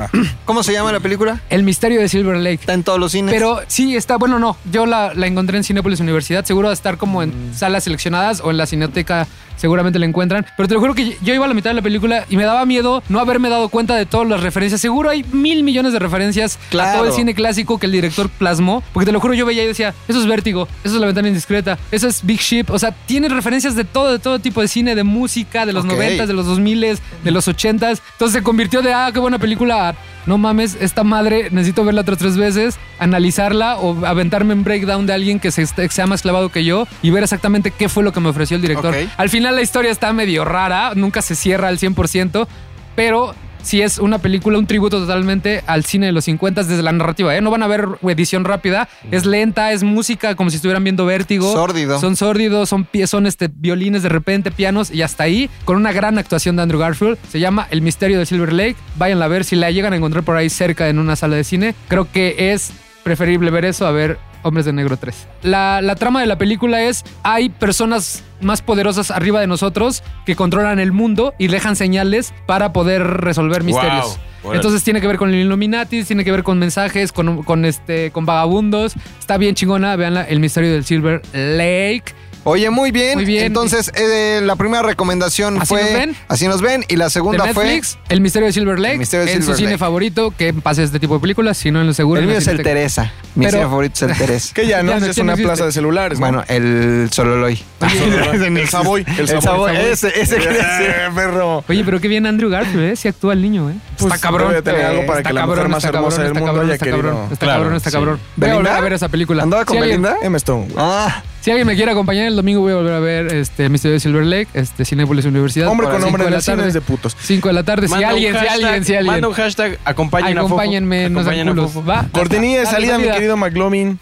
Speaker 3: ¿Cómo se llama la película?
Speaker 2: El misterio de Silver Lake.
Speaker 3: Está en todos los cines.
Speaker 2: Pero sí, está, bueno, no. Yo la, la encontré en Cinepolis Universidad. Seguro va a estar como
Speaker 3: Mm.
Speaker 2: en salas seleccionadas o en la cineteca seguramente la encuentran. Pero te lo juro que yo iba a la mitad de la película y me daba miedo no haberme dado cuenta de todas las referencias. Seguro hay mil millones de referencias a
Speaker 3: Claro.
Speaker 2: todo el cine clásico que el director plasmó. Porque te lo juro, yo veía y decía, eso es Vértigo, eso es La Ventana Indiscreta, eso es Big Ship. O sea, tiene referencias de todo, de todo tipo de cine, de música, de los
Speaker 3: Ok.
Speaker 2: noventas, de los 2000, de los 80. Entonces se convirtió de, ah, qué buena película. a, No mames, esta madre, necesito verla otras tres veces, analizarla o aventarme en breakdown de alguien que, se, est- que sea más clavado que yo y ver exactamente qué fue lo que me ofreció el director.
Speaker 3: Ok.
Speaker 2: Al final la historia está medio rara, nunca se cierra al 100%, pero sí es una película, un tributo totalmente al cine de los 50 desde la narrativa. ¿eh? No van a ver edición rápida, es lenta, es música como si estuvieran viendo vértigo.
Speaker 3: Sórdido.
Speaker 2: Son sórdidos, son, pie- son este, violines de repente, pianos y hasta ahí, con una gran actuación de Andrew Garfield. Se llama El misterio de Silver Lake. Váyanla a ver si la llegan a encontrar por ahí cerca en una sala de cine. Creo que es preferible ver eso a ver Hombres de Negro 3. La, la trama de la película es, hay personas más poderosas arriba de nosotros que controlan el mundo y dejan señales para poder resolver misterios.
Speaker 4: Órale.
Speaker 2: Entonces tiene que ver con el Illuminati, tiene que ver con mensajes, con, con, este, con vagabundos. Está bien chingona, veanla, El Misterio del Silver Lake.
Speaker 3: Oye, muy bien.
Speaker 2: Muy bien.
Speaker 3: Entonces, eh, la primera recomendación
Speaker 2: ¿Así
Speaker 3: fue
Speaker 2: nos ven?
Speaker 3: Así nos ven. Y la
Speaker 2: de
Speaker 3: segunda
Speaker 2: Netflix, El Misterio de Silver Lake,
Speaker 3: El Misterio de
Speaker 2: en su
Speaker 3: Silver
Speaker 2: cine
Speaker 3: Lake.
Speaker 2: favorito, que pase este tipo de películas, si no en lo seguro.
Speaker 3: fue.
Speaker 2: en
Speaker 3: El
Speaker 2: la
Speaker 3: mío es el
Speaker 2: Cineteca.
Speaker 3: Teresa. Mi
Speaker 2: Pero-
Speaker 3: cine favorito es el Teresa.
Speaker 1: Que ya no,
Speaker 2: Ya no,
Speaker 1: es
Speaker 2: ya no
Speaker 1: una
Speaker 2: existe.
Speaker 1: plaza de celulares. ¿no?
Speaker 3: Bueno, el Sololoy.
Speaker 1: el Savoy. El Savoy.
Speaker 3: Savoy, Ese, ese que decía.
Speaker 1: Eh, perro.
Speaker 2: Oye, pero qué bien Andrew Garfield, ¿eh? Si actúa el niño, ¿eh?
Speaker 1: Pues,
Speaker 2: está cabrón.
Speaker 1: debe tener algo para
Speaker 2: Está
Speaker 1: que la mujer
Speaker 2: cabrón,
Speaker 1: más
Speaker 2: está
Speaker 1: hermosa
Speaker 2: cabrón,
Speaker 1: del
Speaker 2: está
Speaker 1: mundo
Speaker 2: cabrón,
Speaker 1: haya
Speaker 2: está
Speaker 1: querido.
Speaker 2: cabrón, Está
Speaker 4: Claro,
Speaker 2: cabrón, está
Speaker 4: sí.
Speaker 2: cabrón. Voy a volver a
Speaker 3: ¿Belinda?
Speaker 2: ver esa película.
Speaker 3: ¿Andaba con
Speaker 2: Si alguien-
Speaker 3: Belinda?
Speaker 1: M. Stone. güey.
Speaker 3: Ah,
Speaker 2: Si alguien me quiere acompañar el domingo, voy a volver a ver este Misterio de Silver Lake, este Cinepolis Universidad.
Speaker 1: Hombre
Speaker 2: por
Speaker 1: con
Speaker 2: las
Speaker 1: hombre
Speaker 2: cinco
Speaker 1: en
Speaker 2: de
Speaker 1: el cine es de
Speaker 2: tarde.
Speaker 1: putos.
Speaker 2: 5 de la tarde, si
Speaker 4: Manda un
Speaker 2: alguien, si
Speaker 4: hashtag-
Speaker 2: alguien, si alguien.
Speaker 4: Manda un hashtag, acompáñenme a Fofo.
Speaker 2: Acompáñenme, no sean
Speaker 4: Acompáñen a
Speaker 2: culos.
Speaker 4: Fofo.
Speaker 2: Va.
Speaker 1: Cortinilla de
Speaker 2: Dale,
Speaker 1: salida, mi querido McLovin.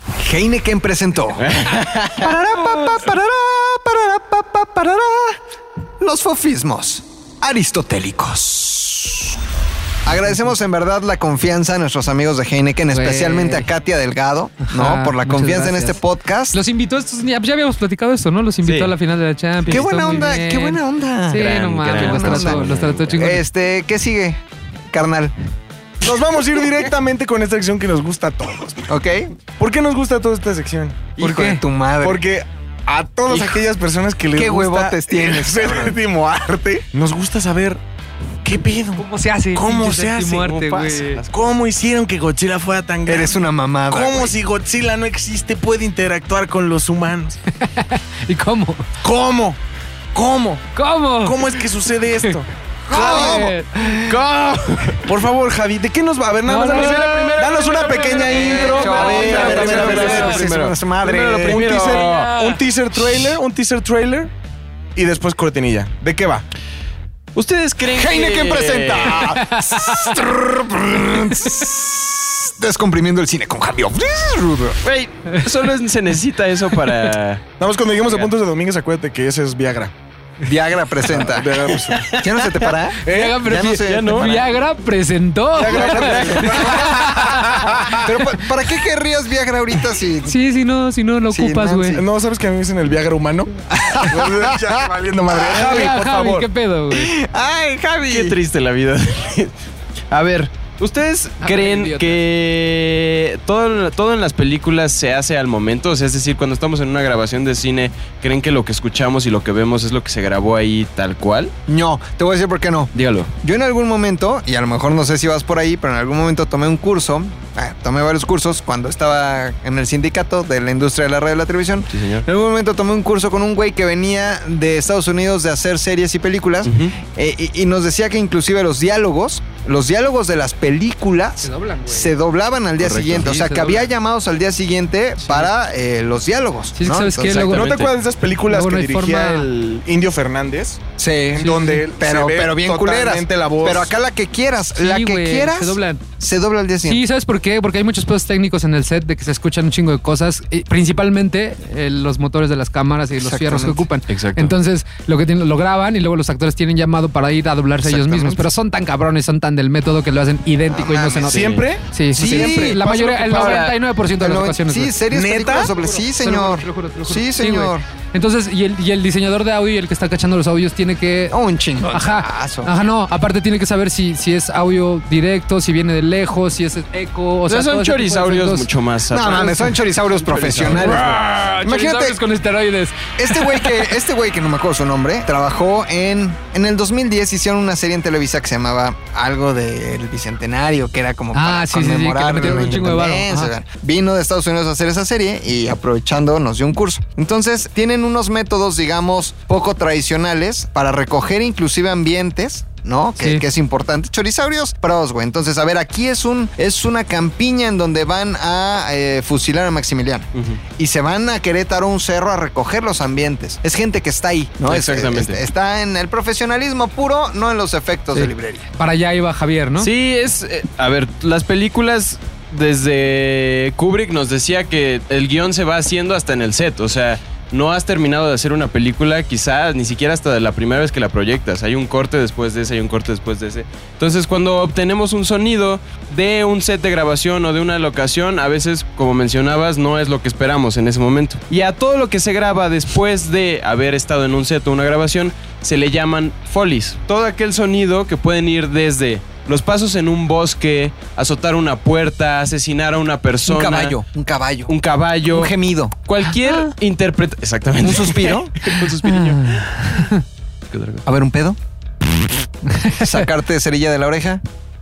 Speaker 3: Heineken presentó. Parará, pa, pa, parará, parará, pa, pa, parará. Los fofismos aristotélicos. Agradecemos en verdad la confianza a nuestros amigos de Heineken,
Speaker 2: Güey.
Speaker 3: especialmente a Katia Delgado,
Speaker 2: Ajá,
Speaker 3: ¿no? Por la
Speaker 2: muchas
Speaker 3: confianza en
Speaker 2: gracias.
Speaker 3: este podcast.
Speaker 2: Los invitó, estos, ya, ya habíamos platicado esto, ¿no? Los invitó
Speaker 4: Sí.
Speaker 2: a la final de la Champions.
Speaker 3: Qué
Speaker 2: estuvo
Speaker 3: buena
Speaker 2: muy
Speaker 3: onda,
Speaker 2: bien.
Speaker 3: qué buena onda.
Speaker 2: Sí,
Speaker 4: Gran,
Speaker 2: no mames,
Speaker 4: gran
Speaker 2: los trató,
Speaker 3: persona.
Speaker 2: los trató chingón.
Speaker 3: Este, ¿qué sigue, carnal?
Speaker 1: Nos vamos a ir directamente con esta sección que nos gusta a todos.
Speaker 3: ¿Ok?
Speaker 1: ¿Por qué nos gusta toda esta sección?
Speaker 2: ¿Por
Speaker 3: Hijo de
Speaker 2: qué?
Speaker 3: tu madre.
Speaker 1: Porque a todas aquellas personas que les
Speaker 3: qué
Speaker 1: gusta
Speaker 3: huevotes tienes,
Speaker 1: el
Speaker 3: cabrón.
Speaker 1: séptimo arte, nos gusta saber qué pedo.
Speaker 2: ¿Cómo se hace?
Speaker 1: ¿Cómo
Speaker 2: Pinche
Speaker 1: se hace?
Speaker 2: séptimo arte,
Speaker 1: ¿Cómo
Speaker 2: güey.
Speaker 1: pasa? ¿Cómo hicieron que Godzilla fuera tan grande?
Speaker 3: Eres una mamada.
Speaker 1: ¿Cómo
Speaker 3: güey.
Speaker 1: si Godzilla no existe puede interactuar con los humanos?
Speaker 2: ¿Y cómo?
Speaker 1: ¿Cómo? ¿Cómo?
Speaker 2: ¿Cómo? ¿Eh?
Speaker 1: ¿Cómo es que sucede esto? ¿Cómo?
Speaker 2: Joder.
Speaker 1: Por favor, Javi, ¿de qué nos va? A ver, nada más
Speaker 2: No, no,
Speaker 1: danos-
Speaker 2: no, no, no, no,
Speaker 1: danos
Speaker 2: no,
Speaker 1: una
Speaker 2: no,
Speaker 1: pequeña
Speaker 2: no, no,
Speaker 1: intro.
Speaker 2: no,
Speaker 1: A ver, a
Speaker 2: no,
Speaker 1: ver,
Speaker 2: no,
Speaker 1: a ver, a
Speaker 2: no,
Speaker 1: ver, a ver,
Speaker 2: no,
Speaker 1: a ver,
Speaker 4: no,
Speaker 1: primero.
Speaker 4: no,
Speaker 3: Es madre.
Speaker 4: Primero lo primero.
Speaker 1: Un teaser,
Speaker 2: Venga.
Speaker 1: un teaser trailer, un teaser trailer y después cortinilla. ¿De qué va?
Speaker 4: ¿Ustedes creen
Speaker 3: Heineken
Speaker 4: que...
Speaker 3: presenta. Descomprimiendo el cine con Javi.
Speaker 4: Güey, solo es- se necesita eso para...
Speaker 1: Nada más cuando lleguemos a puntos de Domínguez, acuérdate que ese es Viagra.
Speaker 3: Viagra presenta.
Speaker 1: Viagra, pues,
Speaker 3: ¿Ya no se te para?
Speaker 1: ¿Eh?
Speaker 2: Viagra,
Speaker 3: Ya no sé,
Speaker 2: prefi-
Speaker 3: ya no.
Speaker 2: Viagra presentó.
Speaker 3: Pero pa- ¿para qué querrías Viagra ahorita si
Speaker 2: Sí, si no, si no lo
Speaker 3: Sí,
Speaker 2: ocupas,
Speaker 3: Nancy.
Speaker 2: güey.
Speaker 1: No, ¿sabes que a mí me dicen el Viagra humano? ya valiendo madre. Javi,
Speaker 2: Ya,
Speaker 1: por
Speaker 2: Javi,
Speaker 1: favor.
Speaker 2: ¿qué pedo, güey?
Speaker 3: Ay, Javi.
Speaker 4: Qué triste la vida. A ver, ¿ustedes
Speaker 2: Ah,
Speaker 4: creen
Speaker 2: idiota.
Speaker 4: que todo, todo en las películas se hace al momento? O sea, es decir, cuando estamos en una grabación de cine, ¿creen que lo que escuchamos y lo que vemos es lo que se grabó ahí tal cual?
Speaker 3: No, te voy a decir por qué no.
Speaker 4: Dígalo.
Speaker 3: Yo en algún momento, y a lo mejor no sé si vas por ahí, pero en algún momento tomé un curso, ah, tomé varios cursos cuando estaba en el sindicato de la industria de la radio y la televisión.
Speaker 4: Sí, señor.
Speaker 3: En algún momento tomé un curso con un güey que venía de Estados Unidos de hacer series y películas
Speaker 4: Ujú.
Speaker 3: eh, y, y nos decía que inclusive los diálogos, los diálogos de las películas
Speaker 2: Se doblan, güey.
Speaker 3: se doblaban al día
Speaker 4: Correcto.
Speaker 3: siguiente. O
Speaker 2: Sí,
Speaker 3: sea,
Speaker 2: se
Speaker 3: que había
Speaker 2: doblan.
Speaker 3: llamados al día siguiente para eh, los diálogos.
Speaker 2: Sí, es que
Speaker 3: ¿no?
Speaker 2: ¿sabes qué?
Speaker 3: Entonces,
Speaker 2: Luego-
Speaker 1: ¿No te
Speaker 4: Exactamente.
Speaker 1: acuerdas de esas películas
Speaker 2: Luego
Speaker 1: que
Speaker 2: no hay
Speaker 1: dirigía
Speaker 2: forma-
Speaker 1: el Indio Fernández?
Speaker 3: Sí.
Speaker 1: En donde él
Speaker 3: Pero,
Speaker 1: se ve
Speaker 3: pero bien culeras.
Speaker 1: totalmente la voz.
Speaker 3: Pero acá la que quieras,
Speaker 2: Sí,
Speaker 3: la que
Speaker 2: güey,
Speaker 3: quieras,
Speaker 2: Se doblan.
Speaker 3: se dobla al día siguiente.
Speaker 2: Sí, ¿sabes por qué? Porque hay muchos pedos técnicos en el set de que se escuchan un chingo de cosas, y principalmente eh, los motores de las cámaras y los fierros que
Speaker 3: Exactamente.
Speaker 2: ocupan.
Speaker 4: Exacto.
Speaker 2: Entonces, lo que tienen, lo graban y luego los actores tienen llamado para ir a doblarse ellos mismos,
Speaker 3: Exactamente.
Speaker 2: pero son tan cabrones, son tan del método que lo hacen idéntico
Speaker 3: Ah,
Speaker 2: y no se
Speaker 3: mames.
Speaker 2: nota.
Speaker 1: ¿Siempre?
Speaker 2: Sí,
Speaker 3: Sí,
Speaker 2: siempre. La
Speaker 3: pasa
Speaker 2: mayoría, el
Speaker 3: lo que pasa.
Speaker 2: 99% de las ocasiones.
Speaker 3: Sí,
Speaker 2: güey.
Speaker 3: series,
Speaker 1: ¿Neta?
Speaker 3: películas dobles. Sí,
Speaker 2: Te lo juro,
Speaker 3: señor.
Speaker 2: te lo juro, te lo juro.
Speaker 3: Sí,
Speaker 2: güey.
Speaker 3: señor.
Speaker 2: Entonces, y el, y el diseñador de audio y el que está cachando los audios tiene que
Speaker 3: Oh, Un chingón.
Speaker 2: Ajá.
Speaker 3: Aso.
Speaker 2: Ajá, no. Aparte tiene que saber si, si es audio directo, si viene de lejos, si es eco. O sea, todo ese tipo de
Speaker 4: son chorizaurios
Speaker 2: efectos.
Speaker 4: mucho más...
Speaker 3: No,
Speaker 4: atrás.
Speaker 3: mames, son chorizaurios profesionales.
Speaker 2: Ah,
Speaker 3: Imagínate-
Speaker 2: chorizaurios con esteroides.
Speaker 3: Este güey que, este güey que no me acuerdo su nombre, trabajó en. En el 2010 hicieron una serie en Televisa que se llamaba Algo del Bicentenario, que era como
Speaker 2: Ah,
Speaker 3: para
Speaker 2: sí, sí, sí,
Speaker 3: conmemorar
Speaker 2: que le metieron
Speaker 3: la
Speaker 2: un chingo de varo.
Speaker 3: independencia. Vino de Estados Unidos a hacer esa serie y aprovechando nos dio un curso. Entonces, tienen unos métodos, digamos, poco tradicionales para recoger inclusive ambientes. ¿No? Que,
Speaker 2: Sí.
Speaker 3: que es importante. Chorizaurios pros, güey. Entonces, a ver, aquí es un es una campiña en donde van a eh, fusilar a Maximiliano
Speaker 4: Ujú.
Speaker 3: y se van a Querétaro a un cerro a recoger los ambientes. Es gente que está ahí, ¿no? Es-
Speaker 4: Exactamente.
Speaker 3: es- está en el profesionalismo puro, no en los efectos
Speaker 2: Sí.
Speaker 3: de librería.
Speaker 2: Para allá iba Javier, ¿no?
Speaker 4: Sí, es. eh, a ver, las películas. Desde Kubrick nos decía que el guión se va haciendo hasta en el set. O sea, no has terminado de hacer una película, quizás ni siquiera hasta la primera vez que la proyectas. Hay un corte después de ese, hay un corte después de ese. Entonces, cuando obtenemos un sonido de un set de grabación o de una locación, a veces, como mencionabas, no es lo que esperamos en ese momento. Y a todo lo que se graba después de haber estado en un set o una grabación, se le llaman folies. Todo aquel sonido que pueden ir desde los pasos en un bosque, azotar una puerta, asesinar a una persona.
Speaker 3: Un caballo, un caballo,
Speaker 4: Un caballo.
Speaker 3: un gemido,
Speaker 4: cualquier interpretación. Exactamente.
Speaker 3: un suspiro. Mm.
Speaker 4: un suspirillo. ¿Qué otra cosa?
Speaker 3: A ver, un pedo. Sacarte cerilla de la oreja.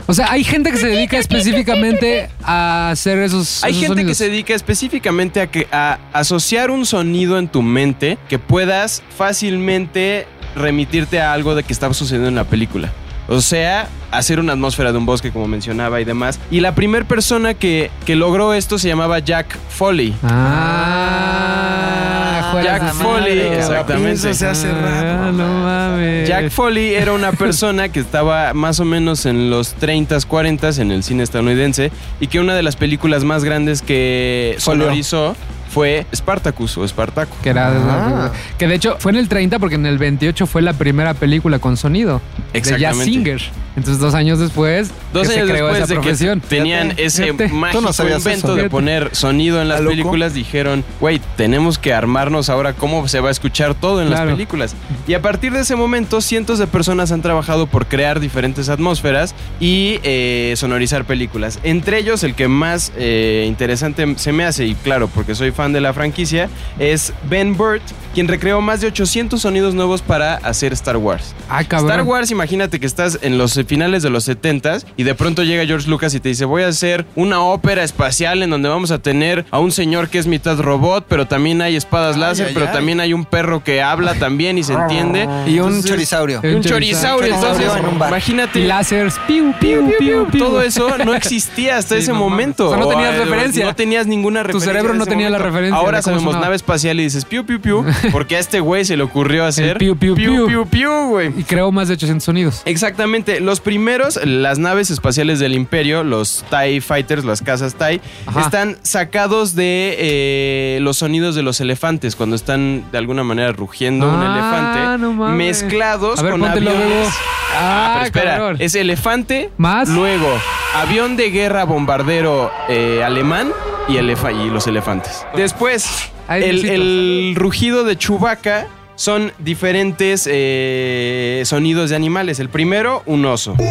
Speaker 2: O sea, hay gente que se dedica específicamente a hacer esos.
Speaker 4: Hay
Speaker 2: esos
Speaker 4: gente que
Speaker 2: sonidos.
Speaker 4: se dedica específicamente a, que, a asociar un sonido en tu mente que puedas fácilmente remitirte a algo de que está sucediendo en la película. O sea, hacer una atmósfera de un bosque, como mencionaba, y demás. Y la primera persona que, que logró esto se llamaba Jack Foley.
Speaker 2: Ah, juegas
Speaker 4: Jack
Speaker 2: de
Speaker 4: Foley,
Speaker 2: malo.
Speaker 4: exactamente.
Speaker 1: se hace
Speaker 2: Ah,
Speaker 1: rato.
Speaker 2: no mames.
Speaker 4: Jack Foley era una persona que estaba más o menos en los 30s, 40s en el cine estadounidense y que una de las películas más grandes que
Speaker 3: Solo.
Speaker 4: sonorizó fue Spartacus o Spartaco.
Speaker 2: Que, era,
Speaker 3: Ah.
Speaker 2: que de hecho fue en el 30 porque en el 28 fue la primera película con sonido. De Jazz
Speaker 4: Exactamente.
Speaker 2: Singer. Entonces, dos años después,
Speaker 4: Dos
Speaker 2: que se
Speaker 4: años
Speaker 2: creó
Speaker 4: después
Speaker 2: esa
Speaker 4: de
Speaker 2: profesión.
Speaker 4: que tenían
Speaker 2: Fíjate,
Speaker 4: ese
Speaker 2: fíjate.
Speaker 4: mágico invento de
Speaker 2: Fíjate.
Speaker 4: poner sonido en las
Speaker 2: ¿Está loco?
Speaker 4: películas, dijeron, güey, tenemos que armarnos ahora cómo se va a escuchar todo en
Speaker 2: Claro.
Speaker 4: las películas. Y a partir de ese momento, cientos de personas han trabajado por crear diferentes atmósferas y eh, sonorizar películas. Entre ellos, el que más eh, interesante se me hace, y claro, porque soy fan de la franquicia, es Ben Burt, quien recreó más de 800 sonidos nuevos para hacer Star Wars.
Speaker 2: Ah, cabrón.
Speaker 4: Star Wars, imagínate que estás en los finales de los 70s y de pronto llega George Lucas y te dice, voy a hacer una ópera espacial en donde vamos a tener a un señor que es mitad robot, pero también hay espadas láser,
Speaker 3: ay,
Speaker 4: pero
Speaker 3: ay.
Speaker 4: también hay un perro que habla también y se entiende.
Speaker 3: Y un
Speaker 4: Entonces-
Speaker 3: chorisaurio.
Speaker 4: Y Un chorisaurio, entonces,
Speaker 3: en un bar.
Speaker 4: imagínate.
Speaker 2: Lásers, piu, piu, piu, piu.
Speaker 4: Todo eso no existía hasta
Speaker 2: Sí,
Speaker 4: ese
Speaker 2: no mames.
Speaker 4: momento.
Speaker 2: O sea, no tenías
Speaker 4: eh,
Speaker 2: referencia.
Speaker 4: No tenías ninguna
Speaker 2: Tu
Speaker 4: referencia.
Speaker 2: cerebro
Speaker 4: en
Speaker 2: no
Speaker 4: ese
Speaker 2: tenía la referencia
Speaker 4: Ahora
Speaker 2: de cómo
Speaker 4: sabemos
Speaker 2: sonaba.
Speaker 4: nave espacial y dices piu, piu, piu, porque a este güey se le ocurrió hacer
Speaker 2: piu, piu, piu.
Speaker 4: piu, piu, güey.
Speaker 2: Y creó más de 800 sonidos.
Speaker 4: Exactamente, los primeros, las naves espaciales del imperio, los TIE Fighters, las casas TIE,
Speaker 2: Ajá.
Speaker 4: están sacados de eh, los sonidos de los elefantes, cuando están de alguna manera rugiendo un
Speaker 2: Ah,
Speaker 4: elefante,
Speaker 2: no mames.
Speaker 4: mezclados
Speaker 2: A ver,
Speaker 4: con
Speaker 2: póntelo,
Speaker 4: aviones.
Speaker 2: Bebo. Ah,
Speaker 4: pero espera,
Speaker 2: cabrón.
Speaker 4: es elefante,
Speaker 2: Más.
Speaker 4: luego avión de guerra bombardero eh, alemán y, elefa- y los elefantes. Después,
Speaker 2: Ay,
Speaker 4: el,
Speaker 2: besitos.
Speaker 4: el rugido de Chewbacca son diferentes eh, sonidos de animales. El primero, un oso.
Speaker 9: Qué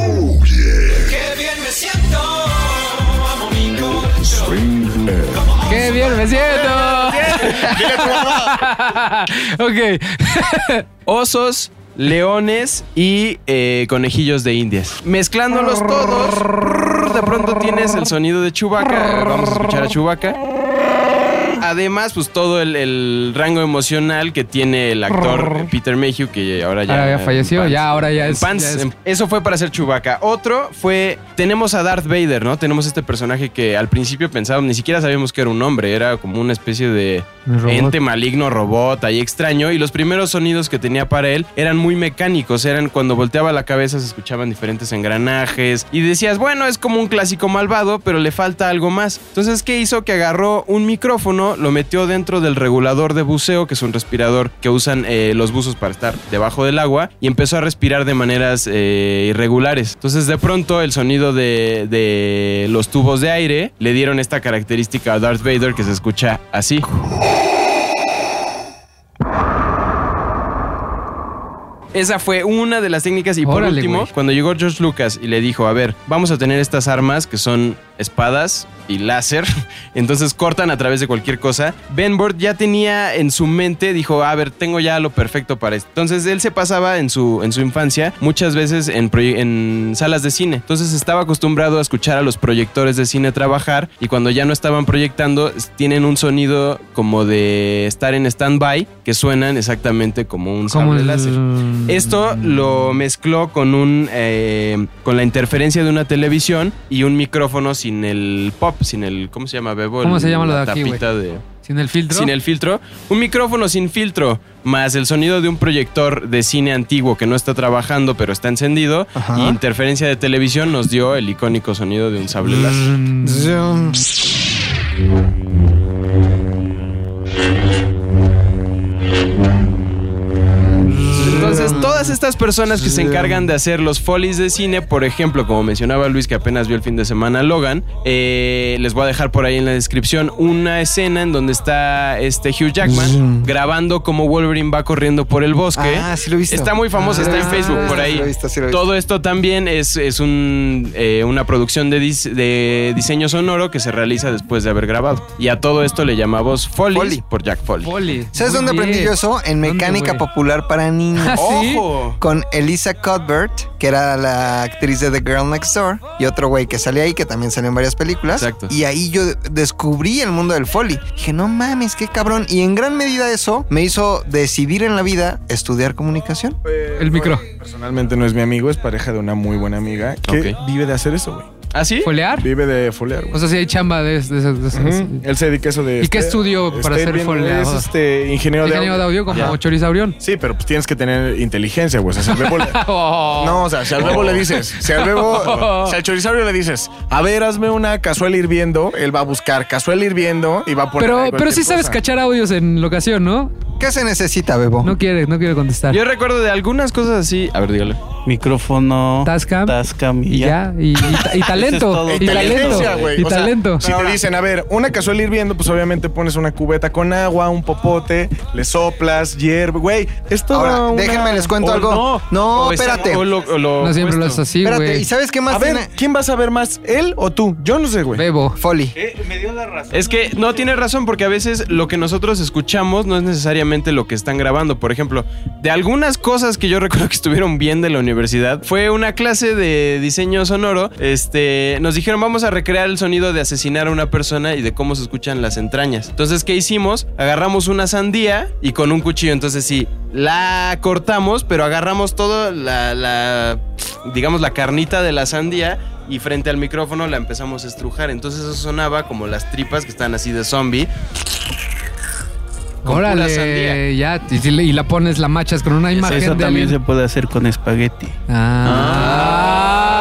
Speaker 9: bien me siento. Amo mi colchón.
Speaker 2: ¡Qué bien me siento! ok.
Speaker 4: Osos, leones y eh, conejillos de indias. Mezclándolos todos, de pronto tienes el sonido de Chewbacca. Vamos a escuchar a Chewbacca. Además, pues todo el, el rango emocional que tiene el actor Peter Mayhew, que ahora ya,
Speaker 2: Ahora ya falleció,
Speaker 4: en pants.
Speaker 2: ya, ahora ya
Speaker 4: En
Speaker 2: es-
Speaker 4: pants.
Speaker 2: ya es-
Speaker 4: En- Eso fue para hacer Chewbacca. Otro fue, tenemos a Darth Vader, ¿no? Tenemos este personaje que al principio pensábamos, ni siquiera sabíamos que era un hombre, era como una especie de
Speaker 2: Un robot.
Speaker 4: ente maligno, robot, ahí extraño. Y los primeros sonidos que tenía para él eran muy mecánicos, eran cuando volteaba la cabeza se escuchaban diferentes engranajes y decías, bueno, es como un clásico malvado, pero le falta algo más. Entonces, ¿qué hizo? Que agarró un micrófono, lo metió dentro del regulador de buceo, que es un respirador que usan eh, los buzos para estar debajo del agua, y empezó a respirar de maneras eh, irregulares. Entonces, de pronto, el sonido de, de los tubos de aire le dieron esta característica a Darth Vader que se escucha así. Esa fue una de las técnicas. Y por
Speaker 2: Órale,
Speaker 4: último,
Speaker 2: güey.
Speaker 4: cuando llegó George Lucas y le dijo, a ver, vamos a tener estas armas que son espadas y láser, entonces cortan a través de cualquier cosa. Ben Burtt ya tenía en su mente, dijo, a ver, tengo ya lo perfecto para esto. Entonces él se pasaba en su, en su infancia muchas veces en, proye- en salas de cine. Entonces estaba acostumbrado a escuchar a los proyectores de cine trabajar y cuando ya no estaban proyectando, s- tienen un sonido como de estar en stand-by que suenan exactamente como un
Speaker 2: Como
Speaker 4: sable
Speaker 2: el-
Speaker 4: láser. Esto lo mezcló con un eh, con la interferencia de una televisión y un micrófono sin el pop, sin el ¿cómo se llama Bebo?
Speaker 2: ¿Cómo
Speaker 4: El-
Speaker 2: se llama lo
Speaker 4: la
Speaker 2: de aquí, güey?
Speaker 4: tapita de
Speaker 2: Sin el filtro.
Speaker 4: sin el filtro, un micrófono sin filtro más el sonido de un proyector de cine antiguo que no está trabajando pero está encendido
Speaker 3: Ajá.
Speaker 4: y interferencia de televisión nos dio el icónico sonido de un
Speaker 2: Mm.
Speaker 4: sable láser.
Speaker 3: Zoom.
Speaker 4: Entonces,
Speaker 3: Mm.
Speaker 4: todas estas personas que se encargan de hacer los folies de cine, por ejemplo, como mencionaba Luis que apenas vio el fin de semana Logan, eh, les voy a dejar por ahí en la descripción una escena en donde está este Hugh Jackman grabando cómo Wolverine va corriendo por el bosque.
Speaker 3: Ah, sí lo he visto.
Speaker 4: Está muy famosa,
Speaker 3: Ah,
Speaker 4: está en
Speaker 3: sí lo he
Speaker 4: Facebook
Speaker 3: visto,
Speaker 4: por
Speaker 3: sí
Speaker 4: ahí.
Speaker 3: lo he visto, sí lo he visto.
Speaker 4: Todo esto también es, es un, eh, una producción de, dis- de diseño sonoro que se realiza después de haber grabado. Y a todo esto le llamamos folies
Speaker 3: Foley.
Speaker 4: por Jack Foley.
Speaker 2: Poli.
Speaker 3: ¿Sabes
Speaker 2: Muy
Speaker 3: dónde aprendí
Speaker 2: bien.
Speaker 3: yo eso? En
Speaker 2: ¿Dónde,
Speaker 3: Mecánica
Speaker 2: güey?
Speaker 3: Popular para Niños.
Speaker 2: Ah, ¿sí?
Speaker 4: ¡Ojo!
Speaker 3: Con Elisa Cuthbert, que era la actriz de The Girl Next Door, y otro güey que salía ahí, que también salió en varias películas.
Speaker 4: Exacto.
Speaker 3: Y ahí yo descubrí el mundo del foley. Dije, no mames, qué cabrón. Y en gran medida eso me hizo decidir en la vida estudiar comunicación.
Speaker 2: El micro.
Speaker 1: Personalmente no es mi amigo, es pareja de una muy buena amiga que
Speaker 4: Ok.
Speaker 1: vive de hacer eso, güey.
Speaker 4: ¿Ah, sí?
Speaker 2: ¿Folear?
Speaker 1: Vive de folear, güey.
Speaker 2: O sea, si hay chamba de, de- de- de-
Speaker 1: Ujú. Él se dedica a eso de.
Speaker 2: ¿Y qué estudio para hacer
Speaker 1: bien-
Speaker 2: foleado?
Speaker 1: Es este, ingeniero,
Speaker 2: ingeniero de audio como
Speaker 4: Ya.
Speaker 2: Chorizabrión.
Speaker 1: Sí, pero pues tienes que tener inteligencia, güey. O sea, si al bebo le- No, o sea, si al bebo le dices, si al bebo, si al chorizaurio le dices, a ver, hazme una cazuela hirviendo, él va a buscar cazuela hirviendo y va a poner.
Speaker 2: Pero,
Speaker 1: ahí
Speaker 2: pero sí
Speaker 1: cualquier
Speaker 2: sabes
Speaker 1: cosa.
Speaker 2: cachar audios en locación, ¿no?
Speaker 3: ¿Qué se necesita, Bebo?
Speaker 2: No quiere, no quiere contestar.
Speaker 4: Yo recuerdo de algunas cosas así. A ver, dígale.
Speaker 12: Micrófono.
Speaker 2: Tascam.
Speaker 12: Tascam
Speaker 2: Y ya, y, y ta- y talento. y talento.
Speaker 1: Inteligencia, güey.
Speaker 2: Y
Speaker 1: O sea,
Speaker 2: talento.
Speaker 1: si te dicen, a ver, una cazuela hirviendo, pues obviamente pones una cubeta con agua, un popote, le soplas, hierve, güey. Es todo.
Speaker 3: Ahora,
Speaker 1: una- Oh,
Speaker 3: déjenme les cuento
Speaker 1: O
Speaker 3: algo. No,
Speaker 1: O
Speaker 4: Pues,
Speaker 1: esa-
Speaker 3: espérate.
Speaker 4: oh,
Speaker 1: o lo- o lo
Speaker 2: no siempre lo
Speaker 1: opuesto.
Speaker 2: es así,
Speaker 3: espérate, ¿y
Speaker 2: güey.
Speaker 3: sabes qué más
Speaker 1: A ver,
Speaker 3: tiene?
Speaker 1: ¿quién va a saber más? ¿Él o tú? Yo no sé, güey.
Speaker 2: Bebo.
Speaker 3: Folly.
Speaker 4: Es que no tiene razón porque a veces lo que nosotros escuchamos no es necesariamente lo que están grabando. Por ejemplo, de algunas cosas que yo recuerdo que estuvieron bien de la universidad, fue una clase de diseño sonoro. Este, nos dijeron vamos a recrear el sonido de asesinar a una persona y de cómo se escuchan las entrañas. Entonces, ¿qué hicimos? Agarramos una sandía y con un cuchillo. Entonces sí, la cortamos, pero agarramos todo la, la digamos la carnita de la sandía y frente al micrófono la empezamos a estrujar. Entonces eso sonaba como las tripas que están así de zombie. con pura sandía.
Speaker 2: Órale, ya. Y, si le- y la pones, la machas con una imagen
Speaker 12: Eso
Speaker 2: de
Speaker 12: también
Speaker 2: alguien.
Speaker 12: se puede hacer con espagueti.
Speaker 2: Ah.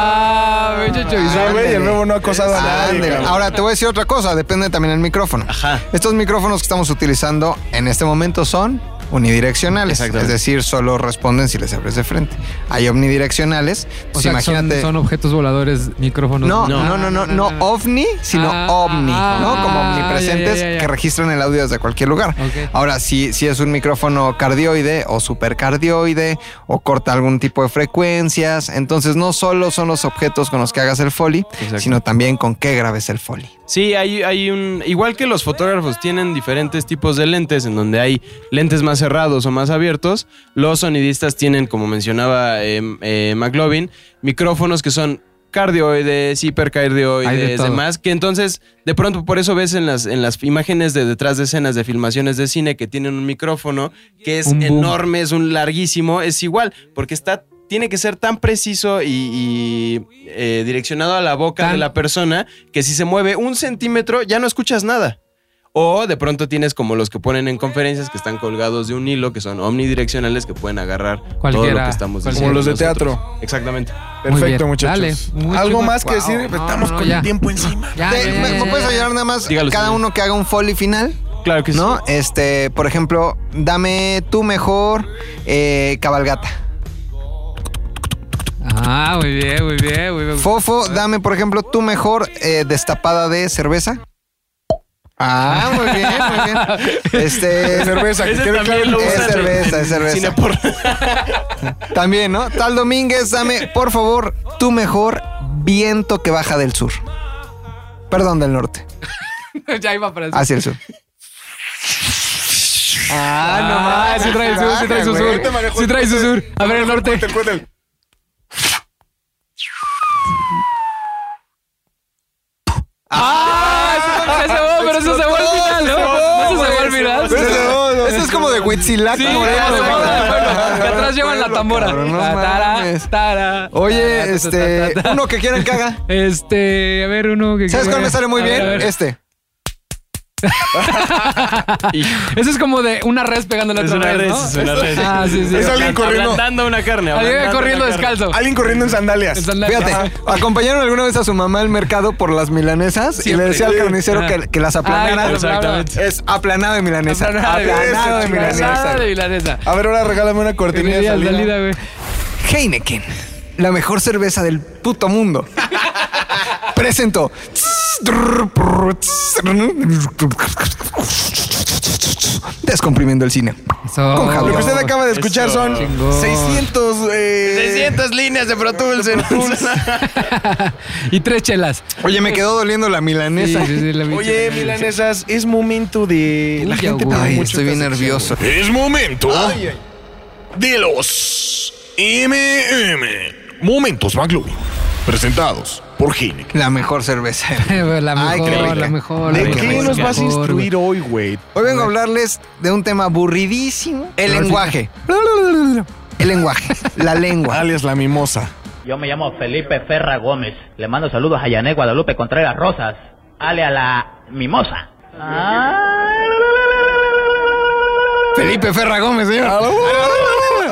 Speaker 2: Ah, pinche
Speaker 1: O sea,
Speaker 2: Chorizal.
Speaker 1: güey, el nuevo no ha acosado a nadie.
Speaker 3: Ándale.
Speaker 1: cabrón.
Speaker 3: Ahora te voy a decir otra cosa, depende también del micrófono.
Speaker 4: Ajá.
Speaker 3: Estos micrófonos que estamos utilizando en este momento son unidireccionales, es
Speaker 4: Exactamente.
Speaker 3: decir, solo responden si les abres de frente. Hay omnidireccionales,
Speaker 2: O
Speaker 3: pues
Speaker 2: sea, que son, Ah,
Speaker 3: imagínate.
Speaker 2: son objetos voladores, micrófonos.
Speaker 3: No, no, no, no, no, ovni, sino
Speaker 2: Ah,
Speaker 3: omni, ¿no? Como
Speaker 2: ah,
Speaker 3: omnipresentes
Speaker 2: ya, ya, ya.
Speaker 3: que registran el audio desde cualquier lugar.
Speaker 2: Ok.
Speaker 3: Ahora, si, si es un micrófono cardioide o supercardioide o corta algún tipo de frecuencias, entonces no solo son los objetos con los que hagas el foley,
Speaker 4: Exacto.
Speaker 3: sino también con qué grabes el foley.
Speaker 4: Sí, hay, hay un. Igual que los fotógrafos tienen diferentes tipos de lentes, en donde hay lentes más cerrados o más abiertos, los sonidistas tienen, como mencionaba eh, eh, McLovin, micrófonos que son cardioides,
Speaker 2: Hay de
Speaker 4: hipercardioides,
Speaker 2: todo.
Speaker 4: demás, que entonces de pronto por eso ves en las, en las imágenes de detrás de escenas de filmaciones de cine que tienen un micrófono que es
Speaker 2: Un boom.
Speaker 4: enorme, es un larguísimo, es igual, porque está, tiene que ser tan preciso y, y, eh, direccionado a la boca
Speaker 2: Tan-
Speaker 4: de la persona que si se mueve un centímetro ya no escuchas nada. O de pronto tienes como los que ponen en conferencias que están colgados de un hilo, que son omnidireccionales, que pueden agarrar todo lo
Speaker 2: Cualquiera,
Speaker 4: que estamos
Speaker 2: cualquiera.
Speaker 4: diciendo.
Speaker 1: Como los de
Speaker 4: nosotros. Exactamente.
Speaker 2: Muy
Speaker 1: Perfecto,
Speaker 2: bien,
Speaker 1: muchachos.
Speaker 2: dale. Muy
Speaker 1: Algo
Speaker 2: chingón.
Speaker 1: más que
Speaker 2: Wow.
Speaker 1: decir,
Speaker 2: No,
Speaker 1: estamos
Speaker 2: no,
Speaker 1: con
Speaker 2: ya.
Speaker 1: el tiempo encima.
Speaker 2: Ya,
Speaker 3: Te-
Speaker 2: Ah, ya, ya,
Speaker 3: ¿Me, me
Speaker 2: ya,
Speaker 3: puedes
Speaker 2: ya.
Speaker 3: ayudar nada más?
Speaker 4: Dígalo,
Speaker 3: cada
Speaker 4: señor.
Speaker 3: uno que haga un foley final,
Speaker 4: Claro que sí.
Speaker 3: ¿no? Este, por ejemplo, dame tú mejor eh, cabalgata.
Speaker 2: Ah, muy bien, muy bien, muy bien.
Speaker 3: Fofo, dame, por ejemplo, tú mejor eh, destapada de cerveza. Ah, muy bien, muy bien. Este,
Speaker 1: Es cerveza, que
Speaker 4: Ese
Speaker 1: quede
Speaker 4: también
Speaker 1: claro.
Speaker 4: lo
Speaker 3: Es
Speaker 4: usan
Speaker 3: cerveza, es cerveza.
Speaker 4: cine porno.
Speaker 3: también, ¿no? Tal Domínguez, dame, por favor, tú mejor viento que baja del sur. Perdón, del norte.
Speaker 2: ya iba para
Speaker 3: Hacia el sur.
Speaker 2: Ah, sí trae su sur, sí trae su
Speaker 1: güey.
Speaker 2: sur.
Speaker 1: Ahorita manejó
Speaker 2: Sí
Speaker 1: el
Speaker 2: trae su
Speaker 1: coche.
Speaker 2: sur. A ver, el norte.
Speaker 1: Te cuento el-
Speaker 2: ¡Ah! Eso se va, pero eso se va al final, ¿no? Eso se va al final.
Speaker 1: Se cerró, no,
Speaker 3: Esto es como de Huitzilac.
Speaker 2: Sí,
Speaker 3: Moreno,
Speaker 2: ya se
Speaker 3: güey.
Speaker 2: va, bueno, que atrás llevan la
Speaker 3: Pueblo,
Speaker 2: tambora.
Speaker 3: cabrón, no
Speaker 2: Ta, tara,
Speaker 3: mames.
Speaker 2: tara. Ah, Ta, ta, ta,
Speaker 3: Oye,
Speaker 2: ta,
Speaker 3: este,
Speaker 2: ta, ta.
Speaker 3: uno que quieran que haga.
Speaker 2: Este, a ver, uno que.
Speaker 3: ¿Sabes
Speaker 2: que-
Speaker 3: cuál me sale muy
Speaker 2: a ver, a
Speaker 3: bien?
Speaker 2: ver.
Speaker 3: Este.
Speaker 2: Eso es como de una res pegando la
Speaker 4: Es
Speaker 2: otra
Speaker 4: una
Speaker 2: res,
Speaker 4: res,
Speaker 2: ¿no?
Speaker 4: es una res.
Speaker 2: Ah, sí, sí.
Speaker 1: Es alguien corriendo.
Speaker 4: Ablandando una carne.
Speaker 2: Alguien
Speaker 4: ablandando
Speaker 2: corriendo
Speaker 4: una carne.
Speaker 2: descalzo.
Speaker 1: Alguien corriendo en sandalias.
Speaker 2: En sandalias.
Speaker 3: Fíjate, ¿acompañaron alguna vez a su mamá al mercado por las milanesas y le decía al carnicero que, que las aplanara?
Speaker 2: Ah, que las aplanara. Exactamente.
Speaker 3: Es aplanado de milanesa.
Speaker 2: Aplanado de
Speaker 3: Aplanado de
Speaker 1: milanesa,
Speaker 3: milanesa.
Speaker 2: Nada de milanesa.
Speaker 1: A ver, ahora regálame una cortinilla de
Speaker 2: Tenía
Speaker 1: salida.
Speaker 2: salida, güey.
Speaker 3: Heineken, la mejor cerveza del puto mundo. Presento. Descomprimiendo el cine.
Speaker 2: Eso.
Speaker 3: Con
Speaker 1: Lo
Speaker 3: Javier.
Speaker 1: que usted acaba de escuchar son
Speaker 2: Oh, Chingón.
Speaker 1: 600... eh,
Speaker 4: 600 líneas de Pro Tools en
Speaker 2: Y tres chelas.
Speaker 3: Oye, me quedó doliendo la milanesa.
Speaker 2: Sí, sí, sí, la
Speaker 1: Oye,
Speaker 2: pinche-
Speaker 1: milanesas, es momento de... la
Speaker 2: Uy,
Speaker 1: gente
Speaker 2: güey.
Speaker 1: pide
Speaker 3: Ay,
Speaker 1: mucho
Speaker 3: estoy
Speaker 1: esta sección,
Speaker 3: bien nervioso.
Speaker 9: Es momento de los MM. Momentos McLovin. Presentados por Heineken.
Speaker 3: La mejor cerveza.
Speaker 2: La
Speaker 3: Ay, qué
Speaker 2: mejor,
Speaker 3: rica.
Speaker 2: la mejor.
Speaker 1: güey. ¿De
Speaker 2: la
Speaker 1: qué
Speaker 2: mejor,
Speaker 1: nos
Speaker 2: la
Speaker 1: vas a
Speaker 2: mejor, güey.
Speaker 1: instruir hoy, güey?
Speaker 3: Hoy vengo a hablarles de un tema aburridísimo. El
Speaker 2: Ahorita.
Speaker 3: lenguaje. El lenguaje. La lengua.
Speaker 1: Alias la mimosa.
Speaker 13: Yo me llamo Felipe Ferra Gómez. Le mando saludos a Yané Guadalupe Contreras Rosas. Ale a la mimosa.
Speaker 3: Felipe Ferra Gómez, uh. Ah,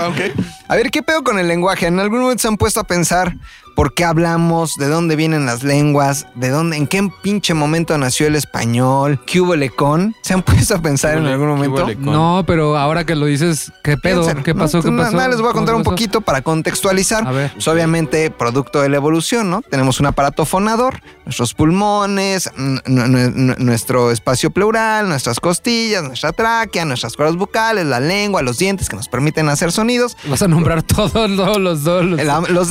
Speaker 3: señor. A ver, ¿qué pedo con el lenguaje? ¿En algún momento se han puesto a pensar por qué hablamos, de dónde vienen las lenguas, de dónde, en qué pinche momento nació el español, qué hubo lecón. ¿Se han puesto a pensar en algún momento?
Speaker 2: No, pero ahora que lo dices, ¿qué pedo?
Speaker 3: Piénsalo.
Speaker 2: ¿Qué
Speaker 3: No,
Speaker 2: pasó?
Speaker 3: pues,
Speaker 2: ¿Qué
Speaker 3: nada,
Speaker 2: pasó?
Speaker 3: nada, les voy a
Speaker 2: ¿Cómo
Speaker 3: contar un
Speaker 2: pasó?
Speaker 3: poquito para contextualizar. Pues, obviamente, producto de la evolución, ¿no? Tenemos un aparato fonador, nuestros pulmones, n- n- n- nuestro espacio pleural, nuestras costillas, nuestra tráquea, nuestras cuerdas bucales, la lengua, los dientes que nos permiten hacer sonidos.
Speaker 2: Vas a nombrar todos los, los,
Speaker 3: los,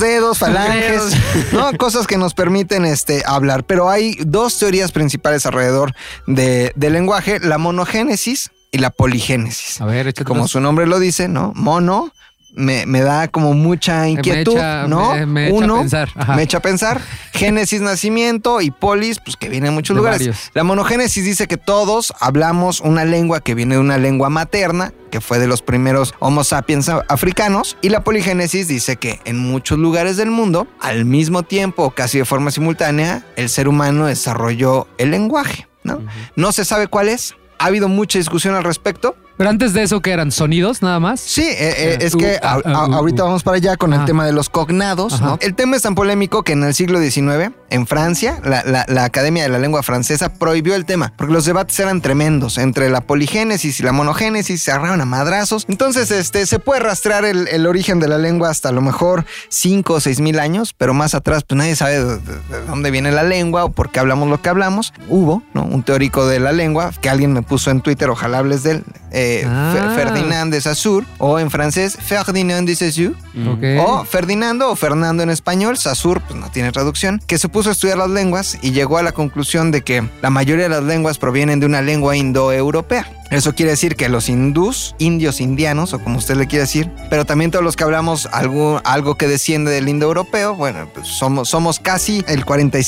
Speaker 3: dedos, falanges, ¿no? Cosas que nos permiten este, hablar. Pero hay dos teorías principales alrededor de- del lenguaje: la monogénesis y la poligénesis.
Speaker 2: A ver, échate
Speaker 3: Como
Speaker 2: unos-
Speaker 3: su nombre lo dice, ¿no? Mono. Me, me da como mucha inquietud,
Speaker 2: echa-
Speaker 3: ¿no?
Speaker 2: me- me echa a
Speaker 3: Uno,
Speaker 2: pensar, ajá.
Speaker 3: me echa a pensar. Génesis, nacimiento y polis, pues que viene de muchos
Speaker 2: De
Speaker 3: lugares.
Speaker 2: varios.
Speaker 3: La monogénesis dice que todos hablamos una lengua que viene de una lengua materna, que fue de los primeros Homo sapiens a- africanos, y la poligénesis dice que en muchos lugares del mundo, al mismo tiempo, o casi de forma simultánea, el ser humano desarrolló el lenguaje, ¿no? No se sabe cuál es. Ha habido mucha discusión al respecto.
Speaker 2: Pero antes de eso, ¿qué eran? ¿Sonidos nada más? ah,
Speaker 3: Sí, eh, eh, es que a- a- ahorita vamos para allá con el tema de los cognados.
Speaker 2: Ajá.
Speaker 3: ¿no? El tema es tan polémico que en el siglo XIX, en Francia, la, la- la Academia de la Lengua Francesa prohibió el tema, porque los debates eran tremendos entre la poligénesis y la monogénesis, se agarraron a madrazos. Entonces, este, se puede rastrear el, el origen de la lengua hasta a lo mejor 5 o 6 mil años, pero más atrás, pues nadie sabe de, de- de dónde viene la lengua o por qué hablamos lo que hablamos. Hubo, ¿no? Un teórico de la lengua que alguien me puso en Twitter, ojalá hables de él, eh,
Speaker 2: Ah.
Speaker 3: Fer- Ferdinand de Saussure, o en francés, Ferdinand de Saussure,
Speaker 2: Ok.
Speaker 3: o Ferdinando o Fernando en español, Saussure, pues no tiene traducción, que se puso a estudiar las lenguas y llegó a la conclusión de que la mayoría de las lenguas provienen de una lengua indoeuropea. Eso quiere decir que los hindús, indios indianos, o como usted le quiere decir, pero también todos los que hablamos algo, algo que desciende del indoeuropeo, bueno, pues somos, somos casi el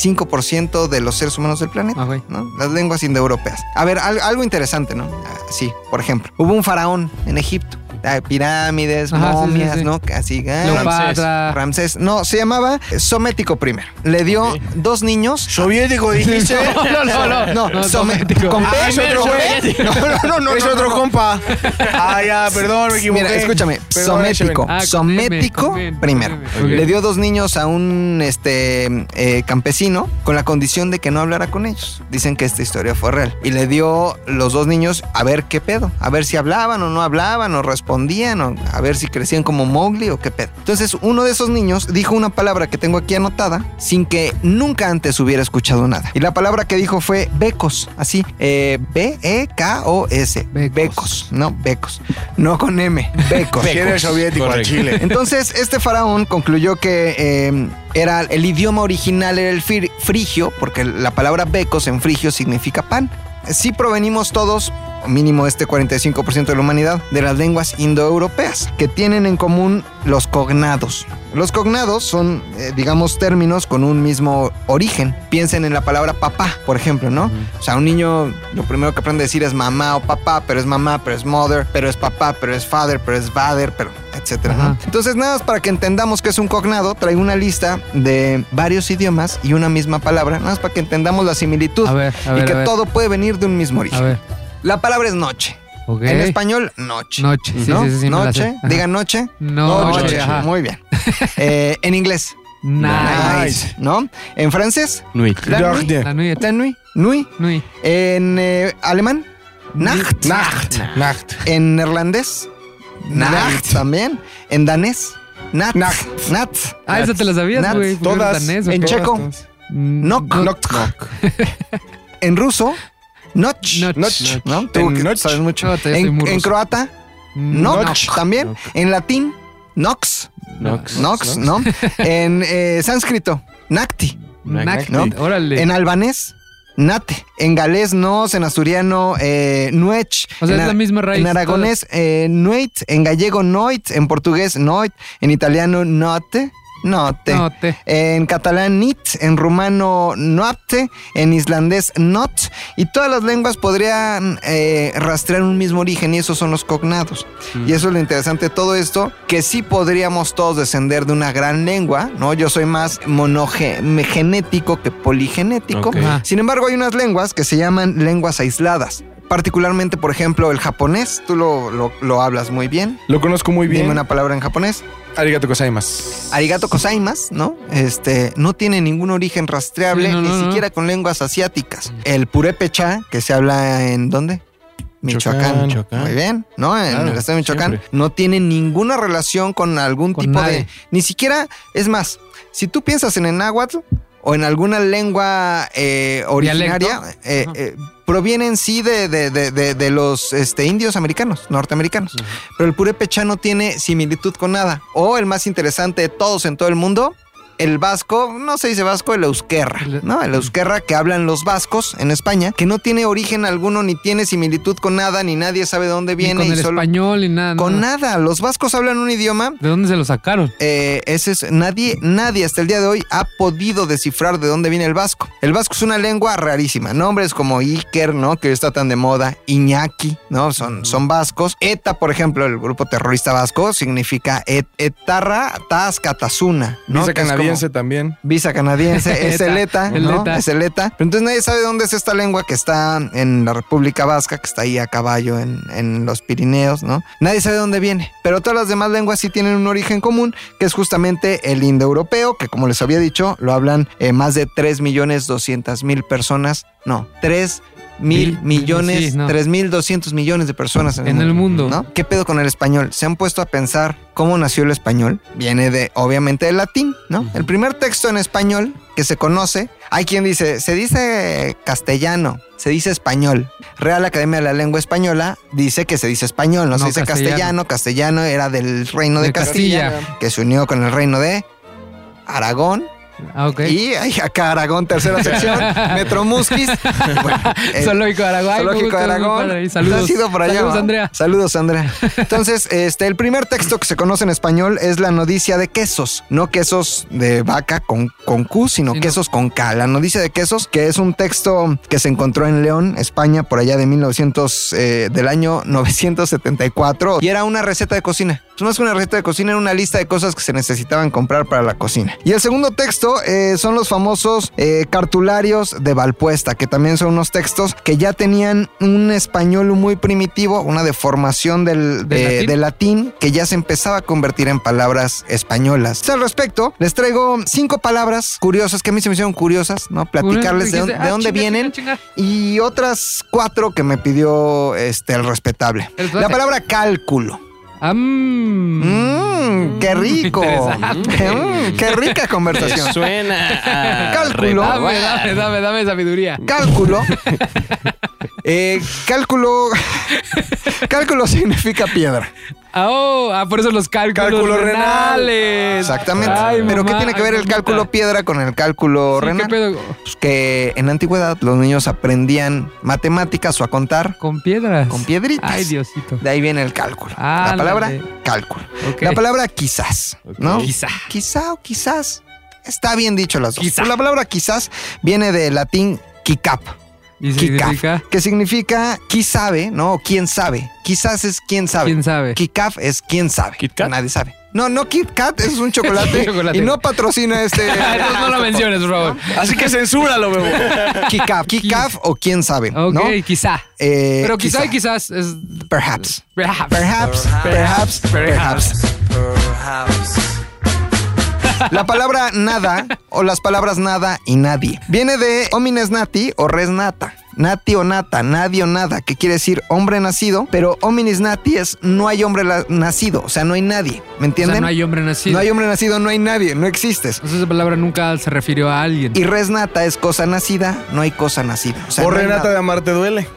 Speaker 3: 45% de los seres humanos del planeta, ¿no? Las lenguas indoeuropeas. A ver, al- algo interesante, ¿no? Ah, Sí, por ejemplo, hubo un faraón en Egipto. Ah, Pirámides,
Speaker 2: Ajá, sí, sí,
Speaker 3: momias,
Speaker 2: sí.
Speaker 3: ¿no? Así, ah,
Speaker 2: Cleopatra.
Speaker 3: Ramsés. No, se llamaba Somético primero. Le dio dos niños. Soviético,
Speaker 1: dijiste.
Speaker 3: No, no, no. no,
Speaker 1: No,
Speaker 3: somético. Con P,
Speaker 1: Ah,
Speaker 3: es
Speaker 1: no,
Speaker 3: otro güey.
Speaker 1: soviético.
Speaker 3: No, no, no, no.
Speaker 1: Es
Speaker 3: no,
Speaker 1: otro
Speaker 3: no.
Speaker 1: compa. Ah, ya, perdón, me equivoqué.
Speaker 3: Mira, escúchame.
Speaker 1: Perdón,
Speaker 3: somético.
Speaker 1: Cheven. Ah, con
Speaker 3: somético
Speaker 1: M, con M.
Speaker 3: primero.
Speaker 1: Ok.
Speaker 3: Le dio dos niños a un este eh, campesino con la condición de que no hablara con ellos. Dicen que esta historia fue real. Y le dio los dos niños a ver qué pedo. A ver si hablaban o no hablaban o respondían o a ver si crecían como Mowgli o qué pedo. Entonces, uno de esos niños dijo una palabra que tengo aquí anotada sin que nunca antes hubiera escuchado nada. Y la palabra que dijo fue becos. Así, eh, B-E-K-O-S. Becos. No, becos. No con M. Becos.
Speaker 1: Si eres soviético, al Chile.
Speaker 3: Entonces, este faraón concluyó que eh, era el idioma original era el fir- frigio, porque la palabra becos en frigio significa pan. Sí provenimos todos, mínimo este 45% de la humanidad, de las lenguas indoeuropeas, que tienen en común los cognados. Los cognados son, eh, digamos, términos con un mismo origen. Piensen en la palabra papá, por ejemplo, ¿no? O sea, un niño lo primero que aprende a decir es mamá o papá, pero es mamá, pero es mother, pero es papá, pero es father, pero es father, pero etcétera, ¿no? Entonces, nada más para que entendamos que es un cognado, traigo una lista de varios idiomas y una misma palabra, nada más para que entendamos la similitud
Speaker 2: a ver,
Speaker 3: y que
Speaker 2: a ver.
Speaker 3: todo puede venir de un mismo origen. La palabra es noche.
Speaker 2: Ok.
Speaker 3: En español, noche.
Speaker 2: Noche, sí,
Speaker 3: ¿no?
Speaker 2: sí, sí, sí, me la sé.
Speaker 3: noche,
Speaker 2: Ajá.
Speaker 3: digan noche.
Speaker 2: Noche, ajá.
Speaker 3: Muy bien. Eh, en inglés.
Speaker 2: Nice.
Speaker 3: ¿No? En francés.
Speaker 4: Nuit.
Speaker 3: La nuit.
Speaker 1: Journée.
Speaker 3: La nuit. Nuit. En eh, alemán. Nacht. Nacht. Nacht. En neerlandés. Nacht. También. En danés. Nat. Nacht. Nat.
Speaker 2: Ah, esa te la sabías,
Speaker 3: Nat.
Speaker 2: güey, porque
Speaker 3: Todas.
Speaker 2: eres danés, ¿o
Speaker 3: en
Speaker 2: qué?
Speaker 3: checo.
Speaker 2: Todas.
Speaker 3: Nok. Nok. en ruso. Noch. Noch. ¿No? Tú que sabes mucho.
Speaker 2: No, te- soy
Speaker 3: en,
Speaker 2: muy
Speaker 3: en
Speaker 2: ruso.
Speaker 3: croata. Nox también. En latín. Nox.
Speaker 4: Nox.
Speaker 3: Nox, ¿no? en eh, sánscrito, Nacti.
Speaker 4: Nacti,
Speaker 3: ¿no? En albanés, Nate. En galés, Nos. En asturiano, eh, Nuech.
Speaker 2: O sea,
Speaker 3: en
Speaker 2: es
Speaker 3: a-
Speaker 2: la misma raíz,
Speaker 3: En aragonés, eh, Nueit. En gallego, Noit. En portugués, Noit. En italiano, Note. Note. En catalán, nit. En rumano, noapte. En islandés, not. Y todas las lenguas podrían eh, rastrear un mismo origen y esos son los cognados.
Speaker 1: Mm.
Speaker 3: Y eso es lo interesante de todo esto, que sí podríamos todos descender de una gran lengua, ¿no? Yo soy más monogenético que poligenético.
Speaker 4: Ok.
Speaker 3: Sin embargo, hay unas lenguas que se llaman lenguas aisladas. particularmente, por ejemplo, el japonés. Tú lo, lo- lo hablas muy bien.
Speaker 1: Lo conozco muy bien.
Speaker 3: Dime una palabra en japonés.
Speaker 1: Arigato gozaimasu.
Speaker 3: Arigato Kosaimas, ¿no? Este, no tiene ningún origen rastreable,
Speaker 1: Sí, no, no,
Speaker 3: ni
Speaker 1: no.
Speaker 3: siquiera con lenguas asiáticas. El purépecha, que se habla en dónde? Michoacán.
Speaker 1: Michoacán.
Speaker 3: Muy bien, ¿no? En
Speaker 1: Claro,
Speaker 3: el estado de Michoacán.
Speaker 1: siempre.
Speaker 3: No tiene ninguna relación con algún tipo de.
Speaker 1: nadie.
Speaker 3: Ni siquiera, es más, si tú piensas en el náhuatl o en alguna lengua eh, originaria,
Speaker 2: Dialecto.
Speaker 3: eh, eh, proviene en sí de, de- de- de- de los este, indios americanos, norteamericanos. Pero el purépecha no tiene similitud con nada. O el más interesante de todos en todo el mundo, el vasco, no se dice vasco, el euskerra, ¿no? El euskerra que hablan los vascos en España, que no tiene origen alguno, ni tiene similitud con nada, ni nadie sabe de dónde
Speaker 2: Ni
Speaker 3: viene.
Speaker 2: con
Speaker 3: y
Speaker 2: el
Speaker 3: solo-
Speaker 2: español y nada.
Speaker 3: Con nada, los vascos hablan un idioma
Speaker 2: ¿De dónde se lo sacaron?
Speaker 3: eh, ese es, nadie, nadie hasta el día de hoy ha podido descifrar de dónde viene el vasco. El vasco es una lengua rarísima. Nombres como Iker, ¿no? Que hoy está tan de moda. Iñaki, ¿no? Son, son vascos. ETA, por ejemplo, el grupo terrorista vasco, significa et- etarra tas katasuna. ¿no?
Speaker 1: Visa
Speaker 3: Que es como-
Speaker 1: canadiense también.
Speaker 3: Visa canadiense, es el ETA,
Speaker 1: El
Speaker 3: ¿no?
Speaker 1: ETA.
Speaker 3: Es el ETA. Pero entonces nadie sabe dónde es esta lengua que está en la República Vasca, que está ahí a caballo en, en los Pirineos, ¿no? Nadie sabe dónde viene. Pero todas las demás lenguas sí tienen un origen común, que es justamente el indoeuropeo, que como les había dicho, lo hablan eh, más de 3 millones 200 mil personas. No, 3 mil
Speaker 2: Mil,
Speaker 3: millones,
Speaker 2: sí, no.
Speaker 3: 3 mil 200 millones de personas en,
Speaker 2: En el mundo.
Speaker 3: ¿no? ¿Qué pedo con el español? Se han puesto a pensar cómo nació el español. Viene de, obviamente, del latín, ¿no? El primer texto en español que se conoce, hay quien dice, se dice castellano, se dice español. Real Academia de la Lengua Española dice que se dice español, no, se
Speaker 2: No,
Speaker 3: dice
Speaker 2: castellano.
Speaker 3: castellano. Castellano era del reino de,
Speaker 2: De
Speaker 3: Castilla,
Speaker 2: Castilla.
Speaker 3: que se unió con el reino de Aragón.
Speaker 2: Ah, ok.
Speaker 3: Y ay, acá Aragón, tercera sección, Metromusquis. Bueno, eh,
Speaker 2: Zoológico de Aragón.
Speaker 3: Zoológico de Aragón.
Speaker 2: Saludos.
Speaker 3: Has ido por allá,
Speaker 2: Saludos,
Speaker 3: ¿va?
Speaker 2: Andrea.
Speaker 3: Saludos, Andrea. Entonces, este, el primer texto que se conoce en español es la nodicia de quesos. No quesos de vaca con, con Q, sino quesos con K. La nodicia de quesos, que es un texto que se encontró en León, España, por allá de 1900, eh, del año 974. Y era una receta de cocina. Es Pues más que una receta de cocina, era una lista de cosas que se necesitaban comprar para la cocina. Y el segundo texto eh, son los famosos eh, cartularios de Valpuesta, que también son unos textos que ya tenían un español muy primitivo, una deformación del, de-
Speaker 2: ¿Del latín?
Speaker 3: del latín que ya se empezaba a convertir en palabras españolas. Al respecto, les traigo cinco palabras curiosas que a mí se me hicieron curiosas, ¿no? Platicarles de,
Speaker 2: "Ah,
Speaker 3: dónde- de dónde vienen y otras cuatro que me pidió este, el respetable. La palabra cálculo. Mm, ¡Qué rico!
Speaker 2: Interesante.
Speaker 3: Mm, ¡Qué rica conversación!
Speaker 4: Suena a
Speaker 3: Cálculo.
Speaker 2: Dame, dame, dame, dame sabiduría.
Speaker 3: Cálculo. Eh, cálculo. cálculo significa piedra.
Speaker 2: Ah, oh, ah, por eso los cálculos
Speaker 1: Cálculo renal.
Speaker 2: renales.
Speaker 3: Exactamente.
Speaker 2: Ay,
Speaker 3: Pero
Speaker 2: mamá,
Speaker 3: ¿qué tiene que
Speaker 2: ay,
Speaker 3: ver el
Speaker 2: mamita.
Speaker 3: cálculo piedra con el cálculo
Speaker 2: Sí, ¿qué
Speaker 3: renal?
Speaker 2: pedo?
Speaker 3: Pues que en la antigüedad los niños aprendían matemáticas o a contar
Speaker 2: Con piedras.
Speaker 3: con piedritas.
Speaker 2: Ay, Diosito.
Speaker 3: De ahí viene el cálculo. la
Speaker 2: Ándale.
Speaker 3: palabra cálculo.
Speaker 2: Ok.
Speaker 3: La palabra quizás, ¿no?
Speaker 2: Quizá.
Speaker 3: Quizá o quizás. Está bien dicho las dos. Pero La palabra quizás viene del latín kikap.
Speaker 2: ¿Y
Speaker 3: Kikap,
Speaker 2: significa?
Speaker 3: que significa quién sabe, ¿no? O quién sabe. Quizás es quién sabe.
Speaker 2: ¿Quién sabe?
Speaker 3: Kikaf es quién sabe. Nadie sabe. No, no Kit Kat, es un chocolate,
Speaker 2: Chocolate.
Speaker 3: y no patrocina este.
Speaker 2: Ah, no, no lo menciones, por favor.
Speaker 1: Así que censúralo, bebo.
Speaker 3: Kikaf, Kikaf o quién sabe,
Speaker 2: Ok,
Speaker 3: ¿no?
Speaker 2: quizá.
Speaker 3: Eh,
Speaker 2: Pero quizá y quizás es. ah,
Speaker 3: Perhaps.
Speaker 2: Perhaps.
Speaker 3: Perhaps, perhaps, perhaps. La palabra nada o las palabras nada y nadie viene de homines nati o res nata. Nati o nata, nadie o nada, que quiere decir hombre nacido, pero hominis nati es no hay hombre la- nacido, o sea, no hay nadie,
Speaker 2: O
Speaker 3: ¿me entienden?
Speaker 2: sea, no hay hombre nacido.
Speaker 3: No hay hombre nacido, no hay nadie, no existes.
Speaker 2: Entonces esa palabra nunca se refirió a alguien.
Speaker 3: Y res nata es cosa nacida, no hay cosa nacida. O, sea,
Speaker 1: o
Speaker 3: no hay
Speaker 1: Renata de
Speaker 3: nada.
Speaker 1: Amarte Duele.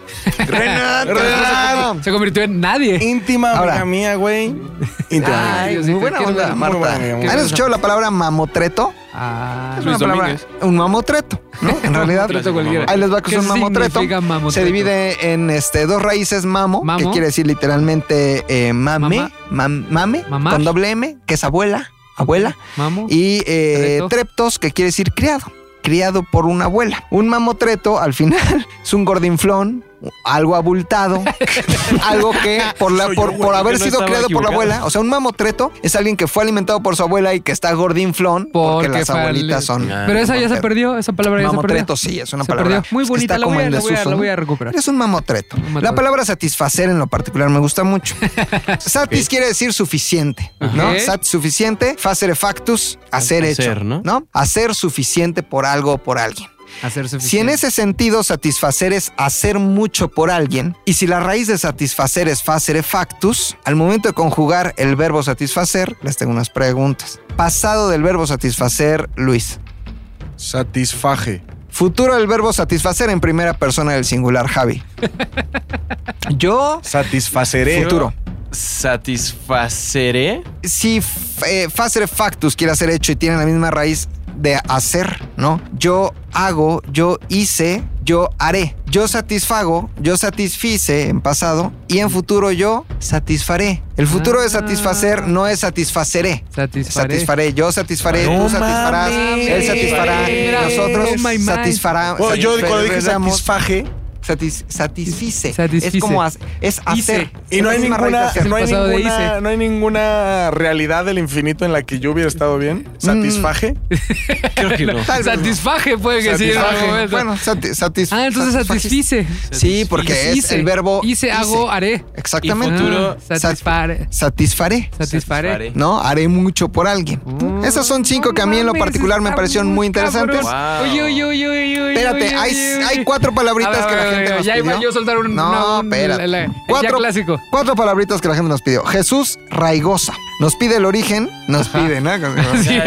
Speaker 3: Renata.
Speaker 1: Renata.
Speaker 2: Se convirtió en nadie.
Speaker 1: Íntima
Speaker 3: Ahora.
Speaker 1: amiga mía, güey. Íntima.
Speaker 3: Ay,
Speaker 1: amiga.
Speaker 3: muy buena
Speaker 2: qué
Speaker 3: onda,
Speaker 2: buena-
Speaker 1: muy
Speaker 3: Marta.
Speaker 1: buena amiga, muy
Speaker 3: ¿Han
Speaker 1: buena.
Speaker 3: escuchado la palabra mamotreto?
Speaker 2: Ah,
Speaker 3: Es
Speaker 4: Luis
Speaker 3: una palabra-
Speaker 4: Domínguez.
Speaker 3: un mamotreto, ¿no? En realidad,
Speaker 2: Mamotreto cualquiera.
Speaker 3: ahí les va que es un
Speaker 2: ¿Qué
Speaker 3: mamotreto.
Speaker 2: significa mamotreto?
Speaker 3: Se divide en este, dos raíces mamo, que
Speaker 2: Mamo.
Speaker 3: quiere decir literalmente eh, mame,
Speaker 2: Mamá.
Speaker 3: mam- mame,
Speaker 2: Mamar.
Speaker 3: con doble M, que es abuela, abuela,
Speaker 2: Mamo.
Speaker 3: y eh,
Speaker 2: Treto.
Speaker 3: treptos, que quiere decir criado, criado por una abuela. Un mamotreto, al final, es un gordinflón, algo abultado, algo que por, la,
Speaker 9: Soy
Speaker 3: por,
Speaker 9: yo,
Speaker 3: por
Speaker 9: güey,
Speaker 3: haber
Speaker 9: que no
Speaker 3: sido
Speaker 9: estaba
Speaker 3: creado por la
Speaker 9: equivocado.
Speaker 3: abuela. O sea, un mamotreto es alguien que fue alimentado por su abuela y que está gordinflón porque,
Speaker 2: Porque
Speaker 3: las
Speaker 2: fue al- Ah,
Speaker 3: abuelitas son.
Speaker 2: Pero esa ya se perdió, esa palabra ya se perdió.
Speaker 3: Mamotreto, sí, es una
Speaker 2: Se
Speaker 3: palabra.
Speaker 2: perdió. Muy
Speaker 3: es que
Speaker 2: bonita,
Speaker 3: está
Speaker 2: la
Speaker 3: como
Speaker 2: voy, a,
Speaker 3: en
Speaker 2: la voy a-
Speaker 3: desuso,
Speaker 2: la
Speaker 3: ¿no?
Speaker 2: voy a recuperar.
Speaker 3: Es un mamotreto. La palabra satisfacer en lo particular me gusta mucho. Satis
Speaker 4: Ok.
Speaker 3: quiere decir suficiente, ¿no?
Speaker 4: Ajá.
Speaker 3: Sat suficiente, facere factus, hacer hecho,
Speaker 4: Hacer, ¿no?
Speaker 3: Hacer suficiente por algo o por alguien.
Speaker 2: Hacer
Speaker 3: Si en ese sentido satisfacer es hacer mucho por alguien, y si la raíz de satisfacer es facere factus, al momento de conjugar el verbo satisfacer, les tengo unas preguntas. Pasado del verbo satisfacer, Luis.
Speaker 1: Satisfaje.
Speaker 3: Futuro del verbo satisfacer en primera persona del singular, Javi. Yo
Speaker 1: Satisfaceré.
Speaker 3: Futuro.
Speaker 4: Satisfaceré.
Speaker 3: si f- eh, facere factus quiere hacer hecho y tiene la misma raíz de hacer, ¿no? Yo hago, yo hice, yo haré. Yo satisfago, yo satisfice en pasado y en futuro yo satisfaré. El futuro de satisfacer no es satisfaceré.
Speaker 2: Ah. Satisfaré.
Speaker 3: Satisfaré, yo satisfaré,
Speaker 2: No
Speaker 3: tú satisfarás,
Speaker 2: mames.
Speaker 3: él satisfará,
Speaker 2: Mira,
Speaker 3: nosotros
Speaker 2: oh my, my.
Speaker 3: satisfará.
Speaker 1: Bueno, Oh, yo cuando dije
Speaker 3: satisfaremos.
Speaker 1: satisfaje.
Speaker 3: Satis- satisfice.
Speaker 2: Satisfice.
Speaker 3: Es como ha- es hacer.
Speaker 1: Y no hay,
Speaker 3: Es la misma raíz de
Speaker 1: ninguna,
Speaker 3: hacer.
Speaker 1: no, hay
Speaker 2: Pasado de
Speaker 1: ninguna,
Speaker 2: hice.
Speaker 1: no hay ninguna realidad del infinito en la que yo hubiera estado bien. ¿Satisfaje?
Speaker 4: Creo que no.
Speaker 3: Tal vez no.
Speaker 2: Satisfaje puede que sí. en algún
Speaker 3: Satisfaje.
Speaker 2: momento.
Speaker 3: Bueno, sati- satis-
Speaker 2: Ah, entonces
Speaker 3: satisface.
Speaker 2: satisfice.
Speaker 3: Sí, porque es
Speaker 2: Hice.
Speaker 3: el verbo
Speaker 2: Hice, hago, haré.
Speaker 3: Exactamente.
Speaker 4: Y futuro,
Speaker 2: Ah, satisfaré.
Speaker 3: Satisfaré,
Speaker 2: Satisfaré.
Speaker 3: ¿no? Haré mucho por alguien. Esas son cinco que a mí en lo
Speaker 2: Mm, mames,
Speaker 3: particular me
Speaker 2: está
Speaker 3: parecieron muy interesantes.
Speaker 4: Wow.
Speaker 2: Oye, oye, oye, oye, oye.
Speaker 3: Espérate, hay, hay cuatro
Speaker 2: Ah,
Speaker 3: palabritas que la gente nos
Speaker 2: Ya iba
Speaker 3: pidió.
Speaker 2: yo a soltar un.
Speaker 3: No,
Speaker 2: una- un-
Speaker 3: espérate.
Speaker 2: la- la- Ya
Speaker 3: Cuatro-
Speaker 2: clásico.
Speaker 3: Cuatro palabritas que la gente nos pidió. Jesús Raigosa. Nos pide el origen, nos pide, ¿no?
Speaker 2: Sí.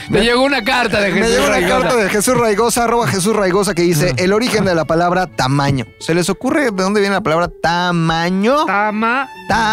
Speaker 2: Me llegó una carta de
Speaker 3: Me
Speaker 2: Jesús.
Speaker 3: llegó una
Speaker 2: Raigosa.
Speaker 3: carta de Jesús Raigosa, arroba Jesús Raigosa, que dice el origen de la palabra tamaño. ¿Se les ocurre de dónde viene la palabra tamaño?
Speaker 2: Tama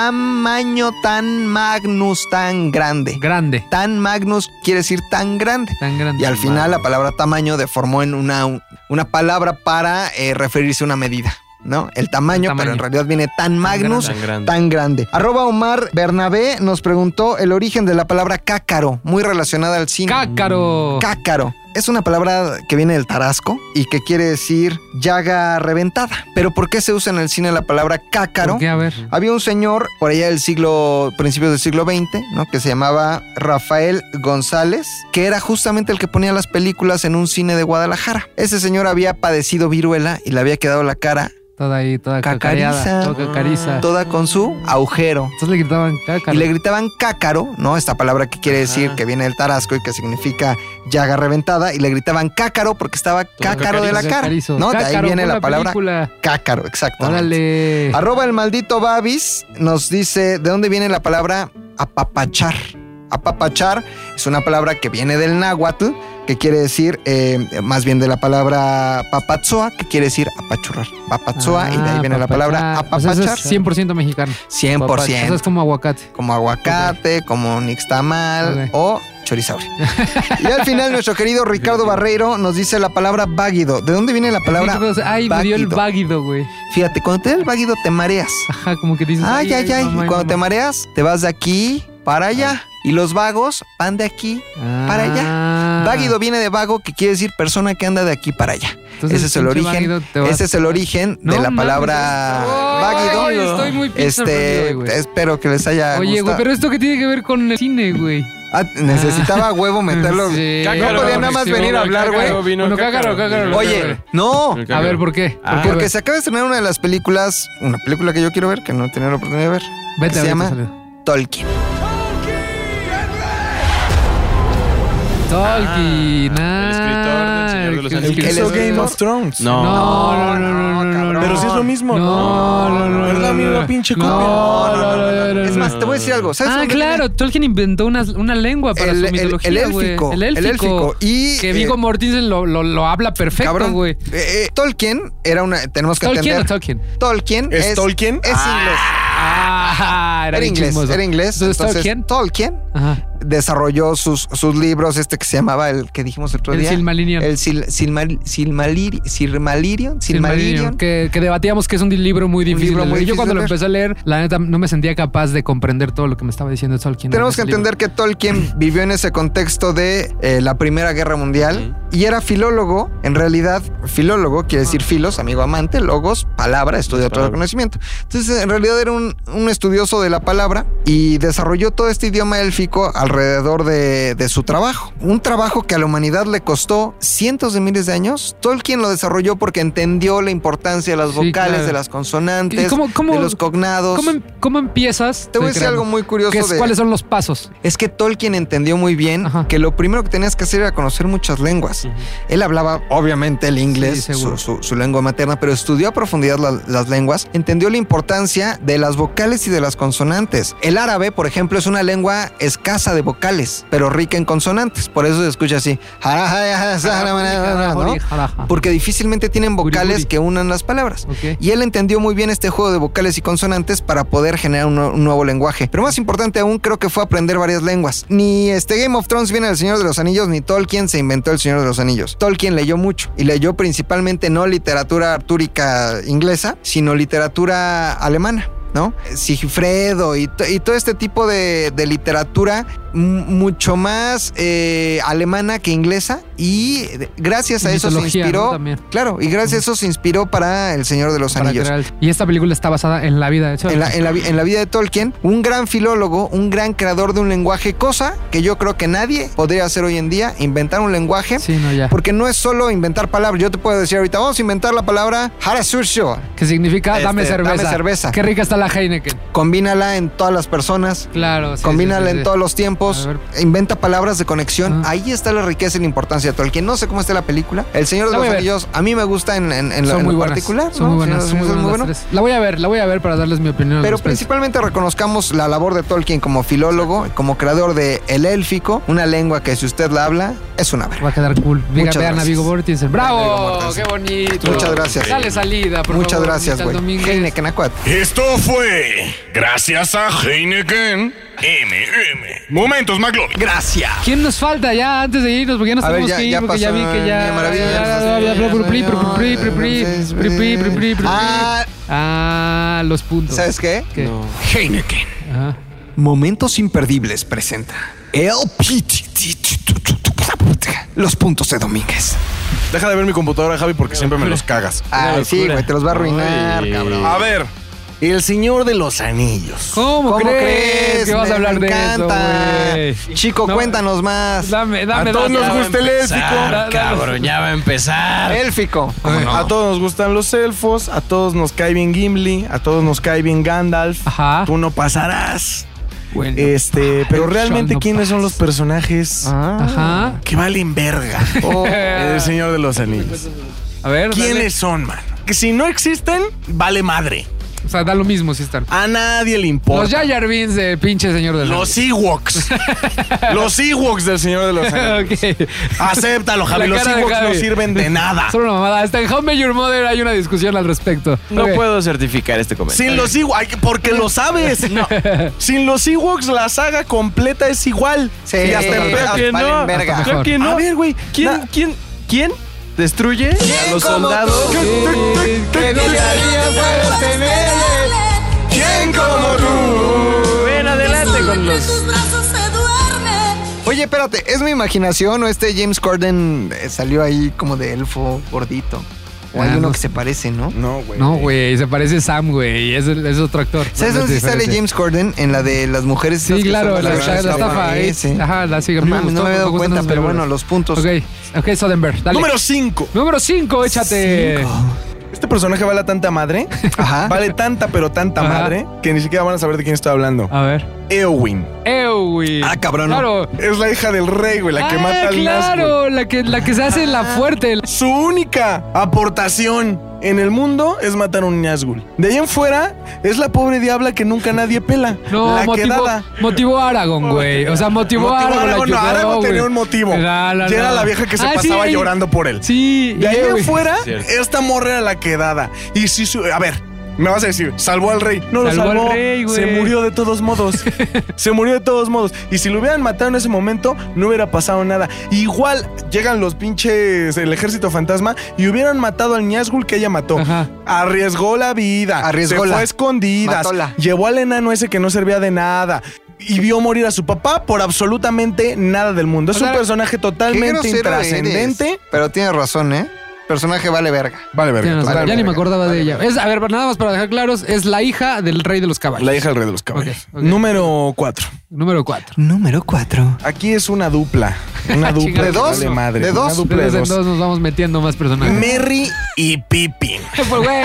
Speaker 3: Tamaño tan magnus, tan grande.
Speaker 2: grande.
Speaker 3: Tan magnus quiere decir tan grande.
Speaker 2: Tan grande.
Speaker 3: Y al final la palabra tamaño deformó en una, una palabra para eh, referirse a una medida. ¿No? El tamaño,
Speaker 2: tamaño.
Speaker 3: pero en realidad viene tan magnus, tan
Speaker 4: grande.
Speaker 3: grande.
Speaker 4: Tan grande.
Speaker 3: Arroba Omar Bernabé nos preguntó el origen de la palabra cácaro, muy relacionada al cine.
Speaker 2: Cácaro.
Speaker 3: Mm, Cácaro. Es una palabra que viene del tarasco y que quiere decir llaga reventada. Pero ¿por qué se usa en el cine la palabra cácaro?
Speaker 2: ¿Por qué? A ver.
Speaker 3: Había un señor por allá del siglo, principios del siglo XX, ¿no? Que se llamaba Rafael González, que era justamente el que ponía las películas en un cine de Guadalajara. Ese señor había padecido viruela y le había quedado la cara
Speaker 2: Toda ahí, toda
Speaker 3: Cacariza. Ah.
Speaker 2: cacareada. Toda cacariza.
Speaker 3: toda con su agujero.
Speaker 2: Entonces le gritaban cácaro.
Speaker 3: Y le gritaban cácaro, ¿no? Esta palabra que quiere decir que viene del tarasco y que significa llaga reventada. Y le gritaban cácaro porque estaba cácaro de la
Speaker 2: Cacarizo,
Speaker 3: cara.
Speaker 2: cacarizo.
Speaker 3: ¿no? De ahí
Speaker 2: Cácaro,
Speaker 3: viene
Speaker 2: pon
Speaker 3: la palabra
Speaker 2: película.
Speaker 3: cácaro, exactamente.
Speaker 2: Órale.
Speaker 3: Arroba el maldito Babis nos dice de dónde viene la palabra apapachar. Apapachar es una palabra que viene del náhuatl, que quiere decir, eh, más bien de la palabra papatzoa, que quiere decir apachurrar. Papatzoa, y de ahí
Speaker 2: Ah,
Speaker 3: viene
Speaker 2: papachar.
Speaker 3: la palabra
Speaker 2: O sea,
Speaker 3: apapachar.
Speaker 2: eso es 100% mexicano.
Speaker 3: 100%.
Speaker 2: Papachar. Eso es como aguacate.
Speaker 3: Como aguacate, como nixtamal
Speaker 2: Ok.
Speaker 3: o chorizaurio. y al final, nuestro querido Ricardo Barreiro nos dice la palabra váguido. ¿De dónde viene la palabra?
Speaker 2: Entonces, Ay, me dio el
Speaker 3: váguido?
Speaker 2: váguido, güey.
Speaker 3: Fíjate, cuando te da el váguido te mareas.
Speaker 2: Ajá, como que dices.
Speaker 3: Ay, ay, ay.
Speaker 2: mamá,
Speaker 3: y cuando
Speaker 2: mamá.
Speaker 3: te mareas, te vas de aquí para allá.
Speaker 2: Ah.
Speaker 3: Y los vagos van de aquí. para
Speaker 2: allá.
Speaker 3: Váguido viene de vago, que quiere decir persona que anda de aquí para allá.
Speaker 2: Entonces,
Speaker 3: ese es el
Speaker 2: pinche
Speaker 3: origen.
Speaker 2: váguido te vas-
Speaker 3: Ese es el origen
Speaker 2: No
Speaker 3: de la
Speaker 2: mames,
Speaker 3: palabra
Speaker 2: estoy-
Speaker 3: váguido.
Speaker 2: Ay, estoy muy pinche
Speaker 3: este,
Speaker 2: sorprendido, güey.
Speaker 3: espero que les
Speaker 2: Oye,
Speaker 3: haya
Speaker 2: güey,
Speaker 3: gustado.
Speaker 2: pero esto que tiene que ver con el cine, güey.
Speaker 3: Ah, necesitaba huevo meterlo.
Speaker 2: Sí.
Speaker 3: no podía nada más
Speaker 2: Sí,
Speaker 3: venir a
Speaker 2: güey,
Speaker 3: hablar,
Speaker 2: cácaro,
Speaker 3: güey.
Speaker 4: vino
Speaker 2: Bueno, cácaro,
Speaker 4: cácaro.
Speaker 2: cácaro.
Speaker 4: vino
Speaker 3: Oye,
Speaker 4: cácaro.
Speaker 3: no.
Speaker 4: El
Speaker 2: A
Speaker 4: cácaro.
Speaker 2: ver, ¿por qué?
Speaker 4: Ah.
Speaker 2: ¿Por qué,
Speaker 3: Porque
Speaker 2: güey?
Speaker 3: se acaba de estrenar una de las películas, una película que yo quiero ver, que no he tenido la oportunidad de ver.
Speaker 2: Vete,
Speaker 3: se
Speaker 2: vete,
Speaker 3: llama
Speaker 2: sale.
Speaker 3: Tolkien.
Speaker 2: Tolkien.
Speaker 4: el
Speaker 2: ah,
Speaker 4: escritor del Señor de los
Speaker 2: el
Speaker 1: El que
Speaker 2: que-
Speaker 1: hizo
Speaker 3: escritor.
Speaker 1: Game of Thrones.
Speaker 4: No.
Speaker 2: No, no, no, Ah, no, no, no.
Speaker 1: Pero si es lo mismo,
Speaker 2: No, no, no.
Speaker 1: Es la
Speaker 2: no,
Speaker 1: misma
Speaker 2: no.
Speaker 1: pinche
Speaker 2: No,
Speaker 1: copia.
Speaker 2: no, no, no, no, no,
Speaker 3: Es
Speaker 2: no.
Speaker 3: más, te voy a decir algo. ¿Sabes
Speaker 2: Ah,
Speaker 3: dónde viene?
Speaker 2: claro, Tolkien inventó una, una lengua para
Speaker 3: El-
Speaker 2: su
Speaker 3: el-
Speaker 2: mitología,
Speaker 3: el
Speaker 2: güey.
Speaker 3: élfico,
Speaker 2: El
Speaker 3: el
Speaker 2: élfico.
Speaker 3: élfico. Y,
Speaker 2: que Vigo
Speaker 3: eh,
Speaker 2: Mortensen lo, lo, lo habla perfecto,
Speaker 3: Cabrón.
Speaker 2: güey.
Speaker 3: Eh, eh, Tolkien era una. Tenemos que
Speaker 2: Tolkien o
Speaker 3: entender.
Speaker 2: Tolkien.
Speaker 3: Tolkien
Speaker 1: ¿Es Tolkien?
Speaker 3: Es inglés.
Speaker 2: Ah,
Speaker 3: Era,
Speaker 2: bien
Speaker 3: inglés,
Speaker 2: chismoso.
Speaker 3: era inglés.
Speaker 2: Entonces,
Speaker 3: Entonces,
Speaker 2: ¿Tolkien?
Speaker 3: Tolkien
Speaker 2: Ajá.
Speaker 3: desarrolló sus, sus libros, este que se llamaba el que dijimos el otro
Speaker 2: El
Speaker 3: día.
Speaker 2: Silmarillion.
Speaker 3: El Sil- Silmar- Silmalir- Silmarillion.
Speaker 2: Silmarillion,
Speaker 3: Silmarillion.
Speaker 2: Que, que debatíamos que es un libro muy difícil.
Speaker 3: libro
Speaker 2: de
Speaker 3: muy
Speaker 2: leer. Yo
Speaker 3: difícil
Speaker 2: cuando
Speaker 3: de
Speaker 2: lo
Speaker 3: leer.
Speaker 2: empecé a leer, la neta no me sentía capaz de comprender todo lo que me estaba diciendo Tolkien.
Speaker 3: Tenemos que
Speaker 2: en ese libro.
Speaker 3: entender que Tolkien vivió en ese contexto de eh, la Primera Guerra Mundial y era filólogo. En realidad, filólogo quiere decir
Speaker 2: Ah.
Speaker 3: filos, amigo amante, logos, palabra, estudio todo el
Speaker 4: palabras.
Speaker 3: conocimiento. Entonces, en realidad era un, un estudioso de la palabra y desarrolló todo este idioma élfico alrededor de, de su trabajo. Un trabajo que a la humanidad le costó cientos de miles de años. Tolkien lo desarrolló porque entendió la importancia de las
Speaker 2: Sí,
Speaker 3: vocales,
Speaker 2: claro.
Speaker 3: de las
Speaker 2: ¿Y
Speaker 3: consonantes,
Speaker 2: cómo- cómo-
Speaker 3: de los cognados.
Speaker 2: ¿Cómo, em- cómo empiezas?
Speaker 3: Te voy a decir
Speaker 2: creando?
Speaker 3: algo muy curioso
Speaker 2: ¿Qué es-
Speaker 3: de-
Speaker 2: ¿Cuáles son los pasos?
Speaker 3: es que Tolkien entendió muy bien que lo primero que tenías que hacer era conocer muchas lenguas. Él hablaba, obviamente, el inglés,
Speaker 2: Sí, seguro.
Speaker 3: su, su- su lengua materna, pero estudió a profundidad la- las lenguas, entendió la importancia de las vocales y de las consonantes. El árabe, por ejemplo, es una lengua escasa de vocales, pero rica en consonantes. Por eso se escucha así.
Speaker 2: Ah,
Speaker 3: ¿no? Porque difícilmente tienen vocales que unan las palabras.
Speaker 2: Ok.
Speaker 3: Y él entendió muy bien este juego de vocales y consonantes para poder generar un, nue- un nuevo lenguaje. Pero más importante aún, creo que fue aprender varias lenguas. Ni este Game of Thrones viene del Señor de los Anillos, ni Tolkien se inventó el Señor de los Anillos. Tolkien leyó mucho y leyó principalmente no literatura artúrica inglesa, sino literatura alemana. ¿No? Sigifredo y, to- y todo este tipo de, de literatura m- mucho más eh, alemana que inglesa y eh, gracias a
Speaker 2: Y
Speaker 3: eso se
Speaker 2: mitología, ¿no?
Speaker 3: inspiró
Speaker 2: También.
Speaker 3: Claro, y gracias a eso se inspiró para El Señor de los
Speaker 2: Para
Speaker 3: Anillos.
Speaker 2: crear el- Y esta película está basada en la vida de
Speaker 3: En
Speaker 2: Tolkien.
Speaker 3: la, en la vi- en la vida de Tolkien, un gran filólogo, un gran creador de un lenguaje, cosa que yo creo que nadie podría hacer hoy en día, inventar un lenguaje.
Speaker 2: Sí, no, ya.
Speaker 3: Porque no es solo inventar palabras. Yo te puedo decir ahorita, vamos a inventar la palabra harasursho.
Speaker 2: Que significa
Speaker 3: Este,
Speaker 2: dame cerveza.
Speaker 3: dame cerveza.
Speaker 2: Qué rica está la Heineken.
Speaker 3: Combínala en todas las personas.
Speaker 2: Claro. sí,
Speaker 3: Combínala
Speaker 2: sí, sí,
Speaker 3: en
Speaker 2: sí.
Speaker 3: todos los tiempos,
Speaker 2: A ver. Ah.
Speaker 3: inventa palabras de conexión. Ahí está la riqueza y la importancia de Tolkien. No sé cómo está la película. El Señor de
Speaker 2: La voy
Speaker 3: los
Speaker 2: a ver.
Speaker 3: Anillos, a mí me gusta en, en, en lo-
Speaker 2: Son
Speaker 3: en
Speaker 2: muy
Speaker 3: lo
Speaker 2: buenas.
Speaker 3: particular.
Speaker 2: Son
Speaker 3: ¿no?
Speaker 2: muy buenas.
Speaker 3: El Señor de los
Speaker 2: muy
Speaker 3: Anillos es
Speaker 2: buenas
Speaker 3: bueno.
Speaker 2: las tres. La voy a ver, la voy a ver para darles mi opinión. al
Speaker 3: Pero
Speaker 2: respecto.
Speaker 3: principalmente reconozcamos la labor de Tolkien como filólogo, como creador de El Élfico, una lengua que si usted la habla, es una verga.
Speaker 2: Va a quedar cool. Diga,
Speaker 3: Muchas
Speaker 2: vean a
Speaker 3: gracias.
Speaker 2: Vigo Mortensen.
Speaker 3: Vigo
Speaker 2: ¡Bravo! ¡Qué
Speaker 3: Mortensen.
Speaker 2: bonito!
Speaker 3: Muchas gracias.
Speaker 2: Dale salida, por
Speaker 3: Muchas
Speaker 2: favor,
Speaker 3: gracias,
Speaker 2: Michal
Speaker 3: güey.
Speaker 2: Domínguez.
Speaker 3: Heineken Acuat.
Speaker 14: Esto fue gracias a Heineken MM. Momentos, McLovin. Gracias.
Speaker 2: ¿Quién nos falta ya antes de irnos? Porque ya nos
Speaker 14: A ver,
Speaker 2: tenemos
Speaker 14: ya-
Speaker 2: que ir,
Speaker 14: ya
Speaker 2: porque ya vi
Speaker 14: pasó
Speaker 2: que
Speaker 14: Niña Maravilla, ya
Speaker 2: ya. Ah, los puntos.
Speaker 3: ¿Sabes qué?
Speaker 14: Heineken.
Speaker 3: Momentos imperdibles presenta El Pit- Los puntos de Domínguez.
Speaker 1: Deja de ver mi computadora, Javi, porque siempre me los cagas.
Speaker 3: Ay, sí, güey, te los va a arruinar, cabrón.
Speaker 1: A ver. El Señor de los Anillos.
Speaker 2: ¿Cómo,
Speaker 3: ¿Cómo
Speaker 2: crees?
Speaker 3: crees?
Speaker 2: que vas
Speaker 3: Me
Speaker 2: a hablar de
Speaker 3: encanta.
Speaker 2: eso, güey?
Speaker 3: Chico,
Speaker 2: No,
Speaker 3: cuéntanos más.
Speaker 2: Dame, dame,
Speaker 1: A todos
Speaker 2: dame,
Speaker 1: nos
Speaker 2: dame.
Speaker 1: gusta el
Speaker 2: Da-
Speaker 1: élfico.
Speaker 2: da-
Speaker 4: Cabrón, ya va a empezar.
Speaker 3: Élfico.
Speaker 1: A todos nos gustan los elfos, a todos nos cae bien Gimli, a todos nos cae bien Gandalf. Tú no pasarás.
Speaker 2: Bueno.
Speaker 1: este, pero
Speaker 2: yo
Speaker 1: realmente
Speaker 2: no Ah.
Speaker 1: quiénes son los personajes
Speaker 3: Ah.
Speaker 2: Ajá.
Speaker 1: que valen verga
Speaker 2: Oh.
Speaker 1: en el Señor de los Anillos.
Speaker 2: A ver, Pues, dale.
Speaker 1: ¿Quiénes son, man? Que si no existen, vale madre.
Speaker 2: O sea, da lo mismo si están.
Speaker 1: A nadie le importa.
Speaker 2: Los Jar Beans de pinche señor de
Speaker 1: Los Ewoks. los Ewoks del Señor de los Anillos. Acéptalo, Javi.
Speaker 2: La
Speaker 1: Los
Speaker 2: cara de
Speaker 1: Ewoks no
Speaker 2: Javi.
Speaker 1: sirven de nada.
Speaker 2: Solo una mamada. Hasta en Home Your Mother hay una discusión al respecto.
Speaker 4: No
Speaker 2: Ok.
Speaker 4: puedo certificar este comentario.
Speaker 1: Sin los Ewoks, porque lo sabes. Sin los Ewoks, la saga completa es igual.
Speaker 3: Sí,
Speaker 1: y hasta
Speaker 3: sí,
Speaker 1: el
Speaker 4: Creo que
Speaker 1: pe-
Speaker 4: no.
Speaker 3: valen verga.
Speaker 4: Creo que no.
Speaker 1: A ver, güey.
Speaker 4: ¿Quién,
Speaker 1: na-
Speaker 4: quién, quién destruye a los
Speaker 9: como
Speaker 4: soldados?
Speaker 9: tú?
Speaker 4: ¿Qué
Speaker 9: ¿Quién como tú?
Speaker 4: Ven adelante con los.
Speaker 3: Oye, espérate, ¿es mi imaginación o este James Corden eh, salió ahí como de elfo gordito? O hay
Speaker 2: Ah,
Speaker 3: uno
Speaker 2: no
Speaker 3: que se parece, ¿no?
Speaker 1: No, güey.
Speaker 2: No, güey, se parece a Sam, güey. Es, el- es otro actor.
Speaker 3: ¿Sabes
Speaker 2: No, no es
Speaker 3: dónde sí sale
Speaker 2: diferente.
Speaker 3: James Corden? En la de las mujeres. esas
Speaker 2: Sí,
Speaker 3: que
Speaker 2: claro,
Speaker 3: son
Speaker 2: la,
Speaker 3: las
Speaker 2: la, la
Speaker 3: grandes
Speaker 2: estafa. ahí.
Speaker 3: ese.
Speaker 2: Ajá, la sigue. a mí
Speaker 3: No mames, no
Speaker 2: gustó,
Speaker 3: me había dado
Speaker 2: gustan
Speaker 3: cuenta,
Speaker 2: esas
Speaker 3: pero bueno,
Speaker 2: películas.
Speaker 3: los puntos.
Speaker 2: Ok, ok, Soderbergh, dale.
Speaker 1: Número 5.
Speaker 2: Número 5, échate.
Speaker 1: Este personaje vale tanta madre.
Speaker 3: Ajá.
Speaker 1: Vale tanta, pero tanta
Speaker 2: Ah. Ajá.
Speaker 1: madre que ni siquiera van a saber de quién estoy hablando.
Speaker 2: A ver.
Speaker 1: Eowyn.
Speaker 2: Ewi.
Speaker 3: Ah, cabrón. no.
Speaker 2: Claro.
Speaker 1: Es la hija del rey, güey, la que
Speaker 2: Ah,
Speaker 1: mata al Nazgûl.
Speaker 2: Claro, la que, la que se hace la
Speaker 3: Ah.
Speaker 2: fuerte.
Speaker 1: Su única aportación en el mundo es matar a un Nazgul. De ahí en fuera es la pobre diabla que nunca nadie pela.
Speaker 2: No,
Speaker 1: la
Speaker 2: motivó,
Speaker 1: quedada.
Speaker 2: motivó a Aragón, güey. O sea, motivó, a Aragón.
Speaker 1: Aragón, no, Aragón tenía un motivo. Y era la vieja que se pasaba llorando por él.
Speaker 2: Ah, Sí.
Speaker 1: De ahí
Speaker 2: güey.
Speaker 1: en fuera,
Speaker 2: Cierto.
Speaker 1: esta morra era la quedada. Y si su- a ver, Me vas a decir, salvó al rey. No
Speaker 2: Salvó
Speaker 1: lo
Speaker 2: al
Speaker 1: salvó.
Speaker 2: rey, güey.
Speaker 1: Se murió de todos modos. Se murió de todos modos. Y si lo hubieran matado en ese momento, no hubiera pasado nada. Igual llegan los pinches, el ejército fantasma, y hubieran matado al Niasgul que ella mató. Arriesgó la vida.
Speaker 3: Arriesgó
Speaker 1: Se
Speaker 3: la-
Speaker 1: fue a escondidas.
Speaker 3: Matóla.
Speaker 1: Llevó al enano ese que no servía de nada. Y vio morir a su papá por absolutamente nada del mundo. Es
Speaker 3: O sea,
Speaker 1: un personaje totalmente intrascendente.
Speaker 3: Pero tienes razón, ¿eh? Personaje vale verga.
Speaker 1: Vale verga.
Speaker 2: Ya, no sé,
Speaker 1: total.
Speaker 2: ya ni me acordaba de ella. Es, a ver, nada más para dejar claros, es la hija del rey de los caballos.
Speaker 1: La hija del rey de los caballos. Número 4.
Speaker 2: Número 4.
Speaker 1: Número 4. Aquí es una dupla. Una dupla
Speaker 2: Ah, ¿De dos?
Speaker 1: vale madre.
Speaker 2: ¿De
Speaker 1: Una
Speaker 2: dos?
Speaker 1: dupla de
Speaker 2: Entonces,
Speaker 1: dos.
Speaker 2: en dos nos vamos metiendo más personajes.
Speaker 1: Merry y Pippin.
Speaker 2: Pues, güey,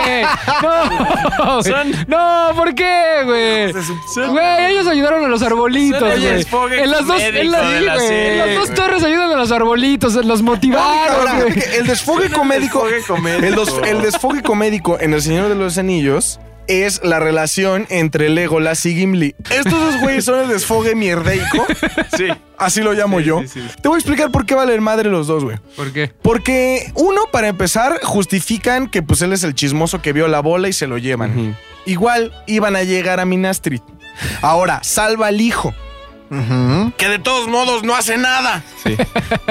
Speaker 2: no, güey.
Speaker 1: Son-
Speaker 2: no, ¿por qué, güey? Güey, ellos ayudaron a los arbolitos,
Speaker 4: Son el
Speaker 2: güey.
Speaker 4: desfogue
Speaker 2: En las dos, en las,
Speaker 4: comédico de la
Speaker 2: sí, güey, en las
Speaker 4: serie,
Speaker 2: dos
Speaker 4: güey.
Speaker 2: torres ayudan a los arbolitos, los motivaron,
Speaker 1: Ahora,
Speaker 2: Ah, güey.
Speaker 1: el desfogue comédico.
Speaker 4: comédico.
Speaker 1: El, dos- el desfogue comédico en El Señor de los Anillos es la relación entre Legolas y Gimli. Estos dos güeyes son el desfogue mierdeico.
Speaker 4: Sí.
Speaker 1: Así lo llamo yo. Te voy a explicar por qué valen madre los dos, güey.
Speaker 2: ¿Por qué?
Speaker 1: Porque uno, para empezar, justifican que pues él es el chismoso que vio la bola y se lo llevan. Igual iban a llegar a Minastri. Ahora, salva al hijo. Que de todos modos no hace nada.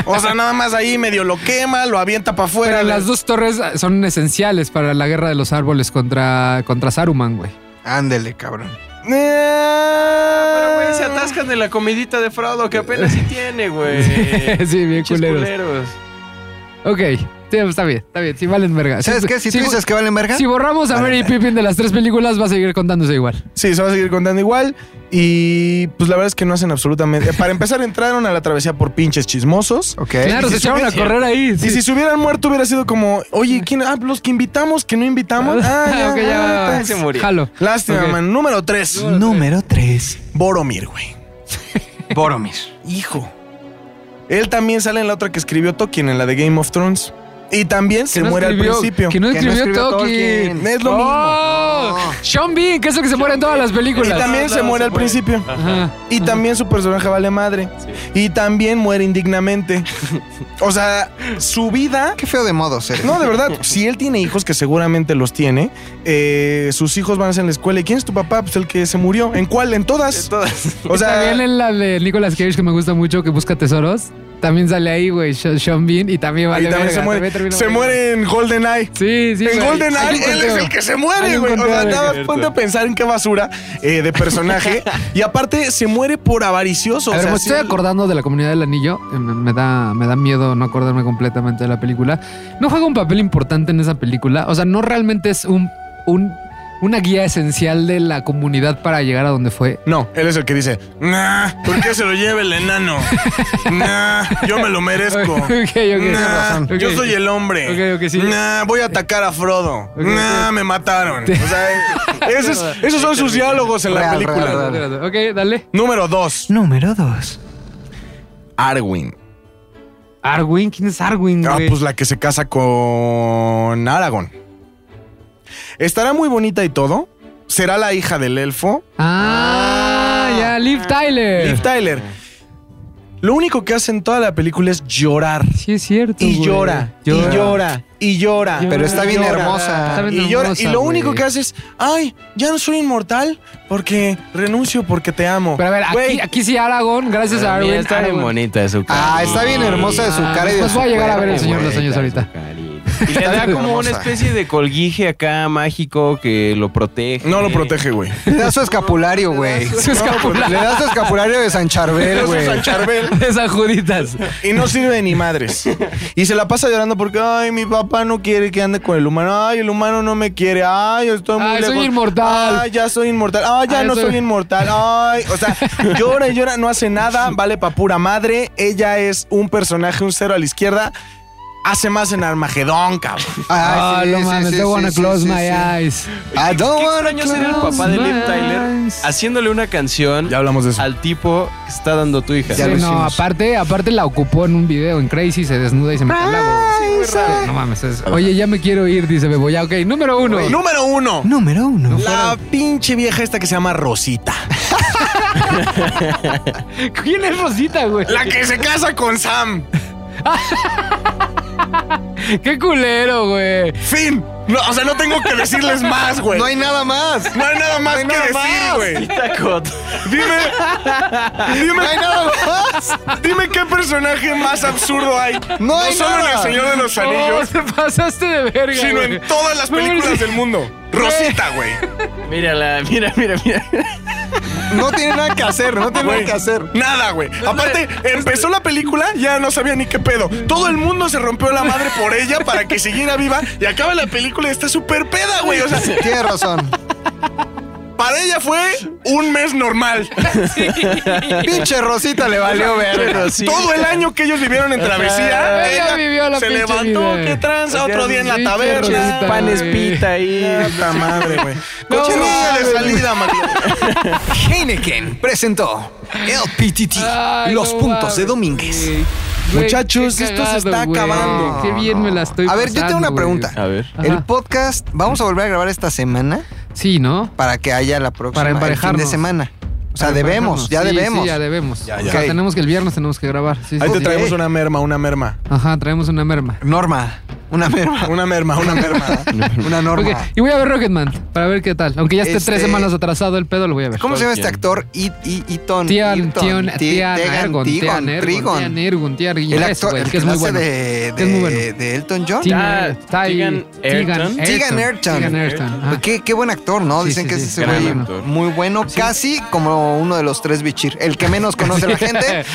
Speaker 1: O sea, nada más ahí medio lo quema, lo avienta Eh. para afuera.
Speaker 2: Pero
Speaker 1: le-
Speaker 2: las dos torres son esenciales para la guerra de los árboles contra, contra Saruman, güey.
Speaker 3: Ándele, cabrón.
Speaker 4: Pero, güey, se atascan de la comidita de Frodo que apenas sí tiene, güey.
Speaker 2: sí, bien
Speaker 4: Pinches
Speaker 2: culeros.
Speaker 4: culeros.
Speaker 2: Ok, sí, pues, está bien, está bien. Si valen verga. pues,
Speaker 3: ¿Sabes qué? Si tú dices que valen verga,
Speaker 2: Si borramos a Mary Pippin de las tres películas, va a seguir contándose igual.
Speaker 1: Sí, se va a seguir contando igual. Y pues la verdad es que no hacen absolutamente. Para empezar, entraron a la travesía por pinches chismosos.
Speaker 3: Ok.
Speaker 2: Claro, se echaron a correr ahí.
Speaker 1: Y si se hubieran muerto, hubiera sido como, oye, ¿quién? Ah, los que invitamos, que no invitamos. Ah, ya,
Speaker 2: Ok, ya.
Speaker 1: ah,
Speaker 4: Se murió.
Speaker 2: Jalo.
Speaker 1: Lástima,
Speaker 2: Ok.
Speaker 1: man. Número 3.
Speaker 10: Número 3.
Speaker 1: Boromir, güey.
Speaker 3: Boromir.
Speaker 1: Hijo. Él también sale en la otra que escribió Tolkien, en la de Game of Thrones. Y también se
Speaker 2: no
Speaker 1: muere
Speaker 2: escribió-
Speaker 1: al principio.
Speaker 2: Que no escribió, Tolkien.
Speaker 1: Es lo
Speaker 2: Oh, Sean Bean, que es lo que se muere en todas las películas.
Speaker 1: mismo. Y también se muere al principio.
Speaker 2: Ajá.
Speaker 1: Y también su personaje vale madre. Y también muere indignamente. O sea, su vida.
Speaker 3: Qué feo de modos eres.
Speaker 1: No, de verdad, si él tiene hijos, que seguramente los tiene, eh, sus hijos van a ser en la escuela. ¿Y quién es tu papá? Pues el que se murió. ¿En cuál? ¿En todas?
Speaker 4: Todas.
Speaker 1: O sea,
Speaker 2: También en la de Nicolas Cage, que me gusta mucho, que busca tesoros. También sale ahí, güey, Sean- Sean Bean. Y también vale
Speaker 1: y también
Speaker 2: verga,
Speaker 1: se muere.
Speaker 2: termina
Speaker 1: se
Speaker 2: muriendo.
Speaker 1: muere en GoldenEye.
Speaker 2: Sí, sí.
Speaker 1: en
Speaker 2: güey. Hay
Speaker 1: GoldenEye,
Speaker 2: un
Speaker 1: él es
Speaker 2: conteo.
Speaker 1: el que se
Speaker 2: Hay
Speaker 1: muere,
Speaker 2: un
Speaker 1: güey. O
Speaker 2: conteo
Speaker 1: sea,
Speaker 2: de-
Speaker 1: nada, más
Speaker 4: cierto.
Speaker 1: ponte a pensar en qué basura eh, de personaje. y aparte, se muere por avaricioso.
Speaker 2: A
Speaker 1: o
Speaker 2: ver,
Speaker 1: sea,
Speaker 2: me
Speaker 1: sí,
Speaker 2: estoy acordando de la comunidad del anillo. Eh, Me, me da, me da miedo no acordarme completamente de la película. No juega un papel importante en esa película. O sea, no realmente es un, un- una guía esencial de la comunidad para llegar a donde fue.
Speaker 1: No, él es el que dice, nah, ¿por qué se lo lleva el enano? Nah, yo me lo merezco.
Speaker 2: Ok, ok.
Speaker 1: Nah,
Speaker 2: razón.
Speaker 1: yo
Speaker 2: Ok.
Speaker 1: soy el hombre.
Speaker 2: Ok, ok, sí.
Speaker 1: Nah, voy a atacar a Frodo. nah, me mataron. O sea, esos, esos son sus diálogos en la
Speaker 3: Real,
Speaker 1: película.
Speaker 3: real, real.
Speaker 2: Ok, dale.
Speaker 1: Número 2.
Speaker 10: Número 2.
Speaker 1: Arwin.
Speaker 2: Arwin, ¿quién es Arwin?
Speaker 1: Ah,
Speaker 2: güey?
Speaker 1: pues la que se casa con Aragón. Estará muy bonita y todo. Será la hija del elfo.
Speaker 2: ah, ya, Liv Tyler.
Speaker 1: Liv Tyler. Lo único que hace en toda la película es llorar.
Speaker 2: Sí, es cierto.
Speaker 1: Y
Speaker 2: güey.
Speaker 1: llora, y llora, y llora.
Speaker 3: Pero está bien
Speaker 1: Llora.
Speaker 3: hermosa.
Speaker 2: Está bien
Speaker 1: Y, llora,
Speaker 2: hermosa,
Speaker 1: y lo
Speaker 2: güey.
Speaker 1: único que hace es, ay, ya no soy inmortal porque renuncio porque te amo.
Speaker 2: Pero a ver, aquí,
Speaker 1: Güey,
Speaker 2: aquí sí Aragón, gracias a
Speaker 4: Para mí
Speaker 2: Arwin.
Speaker 4: está bien
Speaker 2: Aragón.
Speaker 4: bonita su cara.
Speaker 3: Ah, está bien hermosa de su
Speaker 2: Ah,
Speaker 3: cara y de
Speaker 2: pues
Speaker 3: su
Speaker 2: voy a llegar a ver el
Speaker 3: cuerpo,
Speaker 2: Señor de los
Speaker 3: güey.
Speaker 2: Años ahorita.
Speaker 4: Y le da como una
Speaker 3: hermosa.
Speaker 4: especie de colguije acá mágico que lo protege.
Speaker 1: no lo protege, güey.
Speaker 3: Le da su escapulario, güey.
Speaker 2: Su
Speaker 3: Le
Speaker 2: escapulario
Speaker 3: da su escapulario de San Charbel,
Speaker 1: Eso es San
Speaker 3: güey.
Speaker 1: Charbel.
Speaker 2: de esas juditas.
Speaker 1: Y no sirve de ni madres. Y se la pasa llorando porque, ay, mi papá no quiere que ande con el humano. Ay, el humano no me quiere. Ay, yo estoy muy
Speaker 2: Ay, soy
Speaker 1: lejos.
Speaker 2: inmortal. Ah,
Speaker 1: Ay, ya soy inmortal. Ay, ya
Speaker 2: Ay,
Speaker 1: no
Speaker 2: soy-
Speaker 1: soy... inmortal. Ay, o sea, llora y llora, no hace nada. Vale pa' pura madre. Ella es un personaje, un cero a la izquierda. Hace más en Armagedón, cabrón.
Speaker 2: Ah,
Speaker 3: sí,
Speaker 2: no
Speaker 3: sí,
Speaker 2: mames,
Speaker 3: sí,
Speaker 2: I
Speaker 3: sí,
Speaker 2: wanna
Speaker 3: sí,
Speaker 2: close
Speaker 3: sí,
Speaker 2: my
Speaker 3: sí.
Speaker 2: eyes.
Speaker 3: I don't
Speaker 4: Qué
Speaker 3: wanna
Speaker 4: extraño ser el
Speaker 3: close
Speaker 4: papá de Liv
Speaker 2: my
Speaker 4: Tyler
Speaker 2: eyes.
Speaker 4: haciéndole una canción
Speaker 1: Ya hablamos de eso.
Speaker 4: al tipo que está dando tu hija.
Speaker 2: Sí, no, aparte, aparte la ocupó en un video en Crazy, se desnuda y se mete al lago. No mames, es- oye, ya me quiero ir, dice Bebo. Ya, ok, número uno.
Speaker 1: Número uno.
Speaker 10: Número 1.
Speaker 1: La pinche vieja esta que se llama Rosita.
Speaker 2: ¿Quién es Rosita, güey?
Speaker 1: La que se casa con Sam.
Speaker 2: Qué culero, güey.
Speaker 1: Fin. No, o sea, no tengo que decirles más, güey.
Speaker 3: No hay nada más.
Speaker 1: No hay nada más
Speaker 3: No
Speaker 1: que
Speaker 3: hay nada
Speaker 1: decir,
Speaker 3: más.
Speaker 1: güey. Dime. Dime.
Speaker 3: No hay nada
Speaker 1: más. Dime qué personaje más absurdo hay.
Speaker 3: No hay
Speaker 1: solo en El
Speaker 3: nada.
Speaker 1: Señor de los
Speaker 2: No,
Speaker 1: Anillos,
Speaker 2: Oh, te pasaste de verga.
Speaker 1: sino
Speaker 2: güey.
Speaker 1: en todas las
Speaker 2: No,
Speaker 1: películas
Speaker 2: sí.
Speaker 1: del mundo. Rosita, güey.
Speaker 4: Mírala, mira, mira, mira.
Speaker 3: No tiene nada que hacer, no tiene
Speaker 1: Güey.
Speaker 3: nada que hacer.
Speaker 1: Nada, güey. Aparte,
Speaker 3: este,
Speaker 1: empezó la película, ya no sabía ni qué pedo. Todo el mundo se rompió la madre por ella para que siguiera viva y acaba la película y está súper peda, güey. O sea,
Speaker 3: Tienes razón.
Speaker 1: para ella fue un mes normal.
Speaker 3: Pinche Rosita le valió ver.
Speaker 1: Todo el año que ellos vivieron en travesía,
Speaker 2: Ella
Speaker 1: ella
Speaker 2: vivió la
Speaker 1: se
Speaker 2: pinche
Speaker 1: levantó,
Speaker 2: vida. Pues
Speaker 1: qué tranza, otro día en la
Speaker 2: Sí,
Speaker 1: taberna.
Speaker 2: qué
Speaker 4: Panes
Speaker 2: güey.
Speaker 4: pita ahí.
Speaker 1: Puta madre, güey.
Speaker 2: No,
Speaker 1: Coche roja de
Speaker 2: mames.
Speaker 1: salida, Matías.
Speaker 3: Heineken presentó LPTT,
Speaker 2: Ay,
Speaker 3: los
Speaker 2: no
Speaker 3: puntos
Speaker 2: mames,
Speaker 3: de Domínguez.
Speaker 2: güey. Güey,
Speaker 1: Muchachos,
Speaker 2: qué
Speaker 1: esto se
Speaker 2: cagado,
Speaker 1: está
Speaker 2: güey.
Speaker 1: acabando.
Speaker 2: Qué bien me la estoy
Speaker 3: A ver, yo tengo
Speaker 2: pasando,
Speaker 3: una
Speaker 2: güey.
Speaker 3: pregunta.
Speaker 4: A ver.
Speaker 2: Ajá.
Speaker 3: El podcast, vamos a volver a grabar esta semana
Speaker 2: Sí, ¿no?
Speaker 3: para que haya la próxima
Speaker 2: Para
Speaker 3: el fin de
Speaker 2: emparejarnos.
Speaker 3: semana. O sea,
Speaker 2: Para
Speaker 3: debemos,
Speaker 2: emparejarnos.
Speaker 3: ya
Speaker 2: Sí,
Speaker 3: debemos.
Speaker 2: Sí, ya debemos.
Speaker 1: Ya,
Speaker 2: Ya,
Speaker 1: ya.
Speaker 2: O sea,
Speaker 3: Ok.
Speaker 2: tenemos que el viernes tenemos que grabar. Sí,
Speaker 1: Ahí
Speaker 2: sí,
Speaker 1: te
Speaker 2: sí.
Speaker 1: traemos una merma, una merma.
Speaker 2: Ajá, traemos una merma.
Speaker 3: Norma, una merma,
Speaker 1: Una merma, una merma.
Speaker 3: una norma.
Speaker 2: Ok, y voy a ver Rocketman para ver qué tal. Aunque ya esté
Speaker 3: Este-
Speaker 2: tres semanas atrasado el pedo, lo voy a ver.
Speaker 3: ¿Cómo se llama este
Speaker 4: Tolkien.
Speaker 3: actor? I- I- Iton.
Speaker 2: Tian,
Speaker 3: Iton,
Speaker 2: Tion,
Speaker 3: Ti-
Speaker 2: Tian,
Speaker 3: Tegan,
Speaker 2: Ergon,
Speaker 3: Tigon,
Speaker 2: Tian, Ergon,
Speaker 3: Trigon.
Speaker 2: Tian, Ergon, Tian,
Speaker 3: El
Speaker 2: Ergon, ese,
Speaker 3: actor,
Speaker 2: güey,
Speaker 3: el
Speaker 2: que es
Speaker 3: la
Speaker 2: muy
Speaker 3: hace
Speaker 2: bueno.
Speaker 3: de,
Speaker 2: Que es muy bueno.
Speaker 3: de- de Elton John.
Speaker 2: Tian,
Speaker 4: Ah,
Speaker 2: Er- Tai-
Speaker 4: Tegan Ayrton.
Speaker 3: Tegan Ayrton.
Speaker 2: Tegan Ayrton,
Speaker 3: Pues
Speaker 2: ajá.
Speaker 3: Qué, qué buen actor, ¿no?
Speaker 2: Sí,
Speaker 3: Dicen
Speaker 2: sí,
Speaker 3: que
Speaker 2: sí,
Speaker 3: es ese
Speaker 4: gran
Speaker 3: güey
Speaker 4: actor.
Speaker 3: muy bueno, casi como uno de los tres Bichir. El que menos conoce la gente,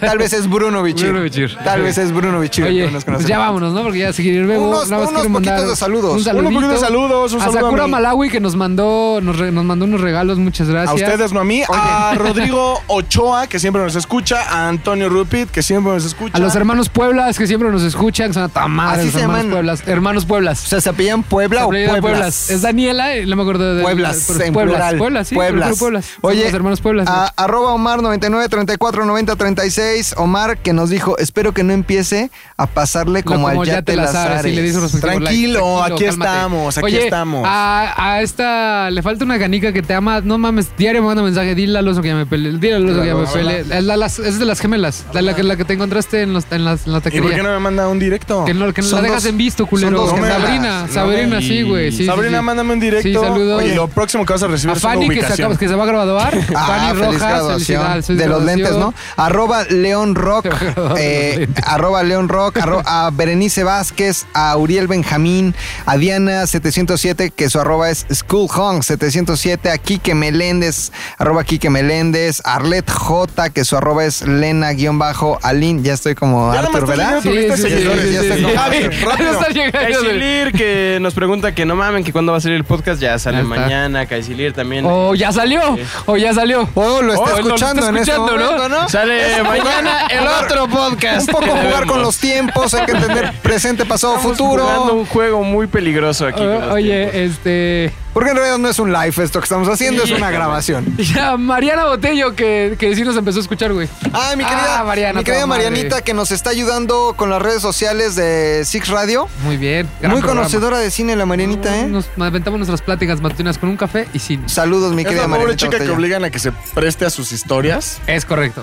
Speaker 3: tal vez es Bruno Bichir.
Speaker 2: Bruno Bichir.
Speaker 3: Tal vez es Bruno Bichir. el
Speaker 2: Oye,
Speaker 3: que menos conoce
Speaker 2: pues ya
Speaker 3: la gente.
Speaker 2: vámonos, ¿no? Porque ya seguir bebo.
Speaker 3: Unos-
Speaker 2: nada más
Speaker 3: unos
Speaker 2: quiero mandar
Speaker 3: poquitos de saludos.
Speaker 2: Un
Speaker 3: Unos
Speaker 1: Unos
Speaker 2: saludito.
Speaker 1: poquitos de saludos, un
Speaker 2: A
Speaker 1: saludo a
Speaker 2: Sakura
Speaker 1: mi-
Speaker 2: Malawi que nos mandó, nos, re- nos mandó unos regalos, muchas gracias.
Speaker 1: A ustedes, no a mí. A Rodrigo Ochoa, que siempre nos escucha. A Antonio Rupit, que siempre nos escucha.
Speaker 2: A los hermanos Pueblas que siempre nos escuchan, que son a ta madre,
Speaker 3: Así
Speaker 2: los
Speaker 3: se
Speaker 2: hermanos
Speaker 3: llaman.
Speaker 2: Pueblas. Hermanos Pueblas.
Speaker 3: O sea, ¿se apellan Puebla o
Speaker 2: Apellido
Speaker 3: Pueblas?
Speaker 2: Pueblas. Es Daniela, eh, no me acuerdo de
Speaker 3: Pueblas,
Speaker 2: pero
Speaker 3: en
Speaker 2: Pueblas,
Speaker 3: plural.
Speaker 2: Pueblas, sí,
Speaker 3: Pueblas.
Speaker 2: pero Pueblas. Son
Speaker 3: Oye,
Speaker 2: los hermanos Pueblas.
Speaker 3: a- arroba Omar 99 34 90 36. Omar que nos dijo, espero que no empiece a pasarle
Speaker 2: No,
Speaker 3: como, al Yate, Lazares.
Speaker 2: y le dice respectivo like.
Speaker 1: Tranquilo, aquí estamos, aquí
Speaker 2: Oye,
Speaker 1: estamos.
Speaker 2: A, a esta le falta una canica que te ama. No mames, diario me manda mensaje. Dile al oso que ya me pele. Dile al oso que ya me pele. Es, la- las- es de las gemelas, la, la que, la que te encontraste en, los, en, las, en la
Speaker 1: ¿Y por qué
Speaker 2: taquería.
Speaker 1: no me manda un directo?
Speaker 2: Que no, que no la
Speaker 3: Son
Speaker 2: dejas
Speaker 3: dos-
Speaker 2: en visto, culero.
Speaker 3: son dos gemelas.
Speaker 2: Sabrina,
Speaker 3: No,
Speaker 2: Sabrina, sí, güey. sí, sí,
Speaker 1: Sabrina,
Speaker 2: sí.
Speaker 1: mándame un directo.
Speaker 2: Sí, saludos.
Speaker 1: Oye, lo próximo que vas a recibir
Speaker 2: A
Speaker 1: es una
Speaker 2: Fanny que se, acaba-
Speaker 1: ubicación.
Speaker 2: que se va a graduar.
Speaker 3: Ah,
Speaker 2: Fanny
Speaker 3: feliz
Speaker 2: Rojas,
Speaker 3: graduación.
Speaker 2: felicidades, feliz
Speaker 3: de los
Speaker 2: graduación.
Speaker 3: lentes, ¿no? Arroba León Rock, eh,
Speaker 2: Los lentes.
Speaker 3: arroba León Rock, arro- a Berenice Vázquez, a Uriel Benjamín, a Diana 707, que su arroba es schoolhong 707, a Quique Meléndez, arroba Quique Meléndez, a Arlet J, que su arroba es Lena-Alin, ya estoy como
Speaker 1: Ya nada más
Speaker 3: Arthur,
Speaker 1: estás leyendo
Speaker 3: ¿verdad?
Speaker 1: tu lista de
Speaker 3: sí, sí,
Speaker 1: seguidores,
Speaker 3: sí,
Speaker 1: ya
Speaker 3: sí,
Speaker 1: está
Speaker 3: sí.
Speaker 1: como-
Speaker 3: Ah,
Speaker 1: Javi, rápido.
Speaker 2: Está llegando, güey.
Speaker 4: Caicilir que nos pregunta que no mamen que cuándo va a salir el podcast, ya sale
Speaker 2: Ahí está. Oh.
Speaker 4: mañana, Caicilir también.
Speaker 2: O ya salió, o ya salió.
Speaker 3: Oh, lo está
Speaker 2: Oh, lo
Speaker 3: escuchando,
Speaker 2: está
Speaker 3: en este
Speaker 2: escuchando, ¿no?
Speaker 3: momento, ¿no?
Speaker 4: Sale mañana el otro
Speaker 3: Un
Speaker 4: podcast.
Speaker 3: poco jugar con
Speaker 4: Vemos.
Speaker 3: los tiempos, hay que entender presente, pasado,
Speaker 4: Estamos jugando
Speaker 3: futuro.
Speaker 4: un juego muy peligroso aquí.
Speaker 2: O-
Speaker 4: con los tiempos.
Speaker 2: Ah, Oye, este.
Speaker 3: Porque en realidad no es un live esto que estamos haciendo, es una
Speaker 4: Híjole.
Speaker 3: grabación.
Speaker 2: Ya, Mariana Botello, que, que sí nos empezó a escuchar, güey.
Speaker 3: Ah, mi querida,
Speaker 2: Ah, Mariana,
Speaker 3: mi querida
Speaker 2: toda madre.
Speaker 3: Marianita que nos está ayudando con las redes sociales de Six Radio.
Speaker 2: Muy bien. gran
Speaker 3: Muy
Speaker 2: programa.
Speaker 3: conocedora de cine la Marianita, ¿eh?
Speaker 2: Nos aventamos nuestras pláticas matutinas con un café y sin.
Speaker 3: Saludos, mi
Speaker 1: Es
Speaker 3: querida
Speaker 1: la pobre
Speaker 3: Marianita.
Speaker 1: chica que
Speaker 3: Botello.
Speaker 1: obligan a que se preste a sus historias.
Speaker 2: Es correcto.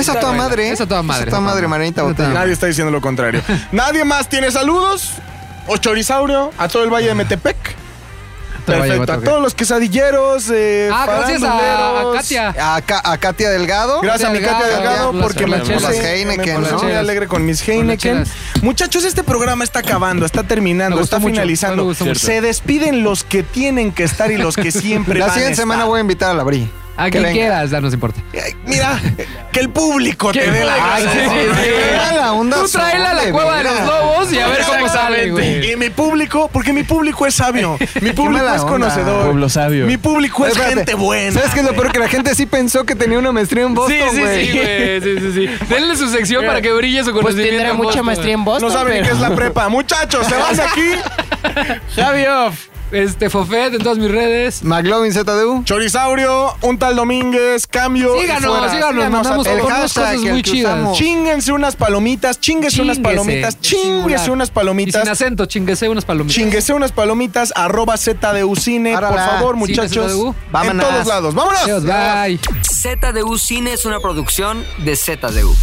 Speaker 3: Es a toda madre, ¿eh?
Speaker 2: Es a toda madre,
Speaker 3: Es a toda madre, Marianita
Speaker 2: Es a toda
Speaker 3: Botello.
Speaker 1: Nadie está diciendo lo contrario. Nadie más tiene saludos. Ochorizaurio, a todo el Valle de Metepec.
Speaker 2: Te vaya,
Speaker 1: Perfecto, a
Speaker 2: vato,
Speaker 1: todos los quesadilleros. eh,
Speaker 2: Ah, gracias a, a
Speaker 1: faranduleros.
Speaker 2: Katia.
Speaker 3: A, Ka- a Katia Delgado.
Speaker 1: Gracias a mi Katia
Speaker 2: Delgado,
Speaker 1: Delgado
Speaker 2: por las
Speaker 1: porque me
Speaker 2: chelas.
Speaker 1: puse,
Speaker 2: Por las
Speaker 3: Heineken,
Speaker 1: me puse
Speaker 2: ¿no?
Speaker 1: muy alegre con mis Heineken.
Speaker 2: chelas.
Speaker 1: Muchachos, este programa está acabando, está terminando,
Speaker 2: Me gustó
Speaker 1: está
Speaker 2: mucho, me
Speaker 1: finalizando.
Speaker 2: gustó mucho.
Speaker 1: Se despiden los que tienen que estar y los que siempre
Speaker 3: La
Speaker 1: van a
Speaker 3: siguiente semana
Speaker 1: estar.
Speaker 3: voy a invitar a la Bri.
Speaker 2: A
Speaker 3: Que
Speaker 2: quien
Speaker 3: venga.
Speaker 2: quieras, ya nos importa.
Speaker 1: Ay, Mira, que el público te
Speaker 2: Que
Speaker 1: dé la
Speaker 2: venga,
Speaker 1: gana.
Speaker 2: sí, sí, sí.
Speaker 3: Era la onda
Speaker 2: Tú tráela a
Speaker 3: zombie,
Speaker 2: la cueva de
Speaker 3: mira.
Speaker 2: los lobos y a ver cómo sale, güey.
Speaker 1: Y mi público, porque mi público es sabio, mi público
Speaker 3: mala
Speaker 1: es
Speaker 3: onda.
Speaker 1: conocedor,
Speaker 4: Pueblo sabio.
Speaker 1: mi público es
Speaker 3: Espérate.
Speaker 1: gente buena.
Speaker 3: ¿Sabes qué es lo peor? Que la gente sí pensó que tenía una maestría en Boston,
Speaker 2: Sí, sí,
Speaker 3: güey.
Speaker 2: sí, güey. Sí, sí, sí. Denle su sección para que brille su
Speaker 15: Pues
Speaker 2: conocimiento.
Speaker 15: tendrá
Speaker 2: en
Speaker 15: mucha
Speaker 2: Boston.
Speaker 15: maestría en
Speaker 1: No
Speaker 15: Boston.
Speaker 1: saben ni qué es la prepa. Muchachos, se van de aquí.
Speaker 2: Javio, este Fofet en todas mis redes.
Speaker 3: McLovin ZDU.
Speaker 1: Chorisaurio, un tal Domínguez, cambio. y
Speaker 2: Síganos,
Speaker 1: fuera.
Speaker 2: síganos, mandamos
Speaker 1: a
Speaker 2: por
Speaker 1: todos.
Speaker 2: unas
Speaker 3: hashtag,
Speaker 2: cosas
Speaker 3: el
Speaker 2: muy
Speaker 3: que
Speaker 2: chidas.
Speaker 3: usamos.
Speaker 1: Chínguense unas palomitas, chinguense unas
Speaker 2: Chínguese,
Speaker 1: palomitas,
Speaker 2: en singular.
Speaker 1: chinguense unas
Speaker 2: Y sin
Speaker 1: palomitas.
Speaker 2: acento, chinguese unas palomitas.
Speaker 1: Chinguese unas palomitas, arroba ZDU Cine, por
Speaker 3: Arala.
Speaker 1: favor,
Speaker 2: Sí,
Speaker 1: muchachos.
Speaker 2: ZDU.
Speaker 1: En
Speaker 3: Vámonos.
Speaker 1: todos lados, vámonos.
Speaker 2: Adiós, bye.
Speaker 16: ZDU Cine es una producción de ZDU.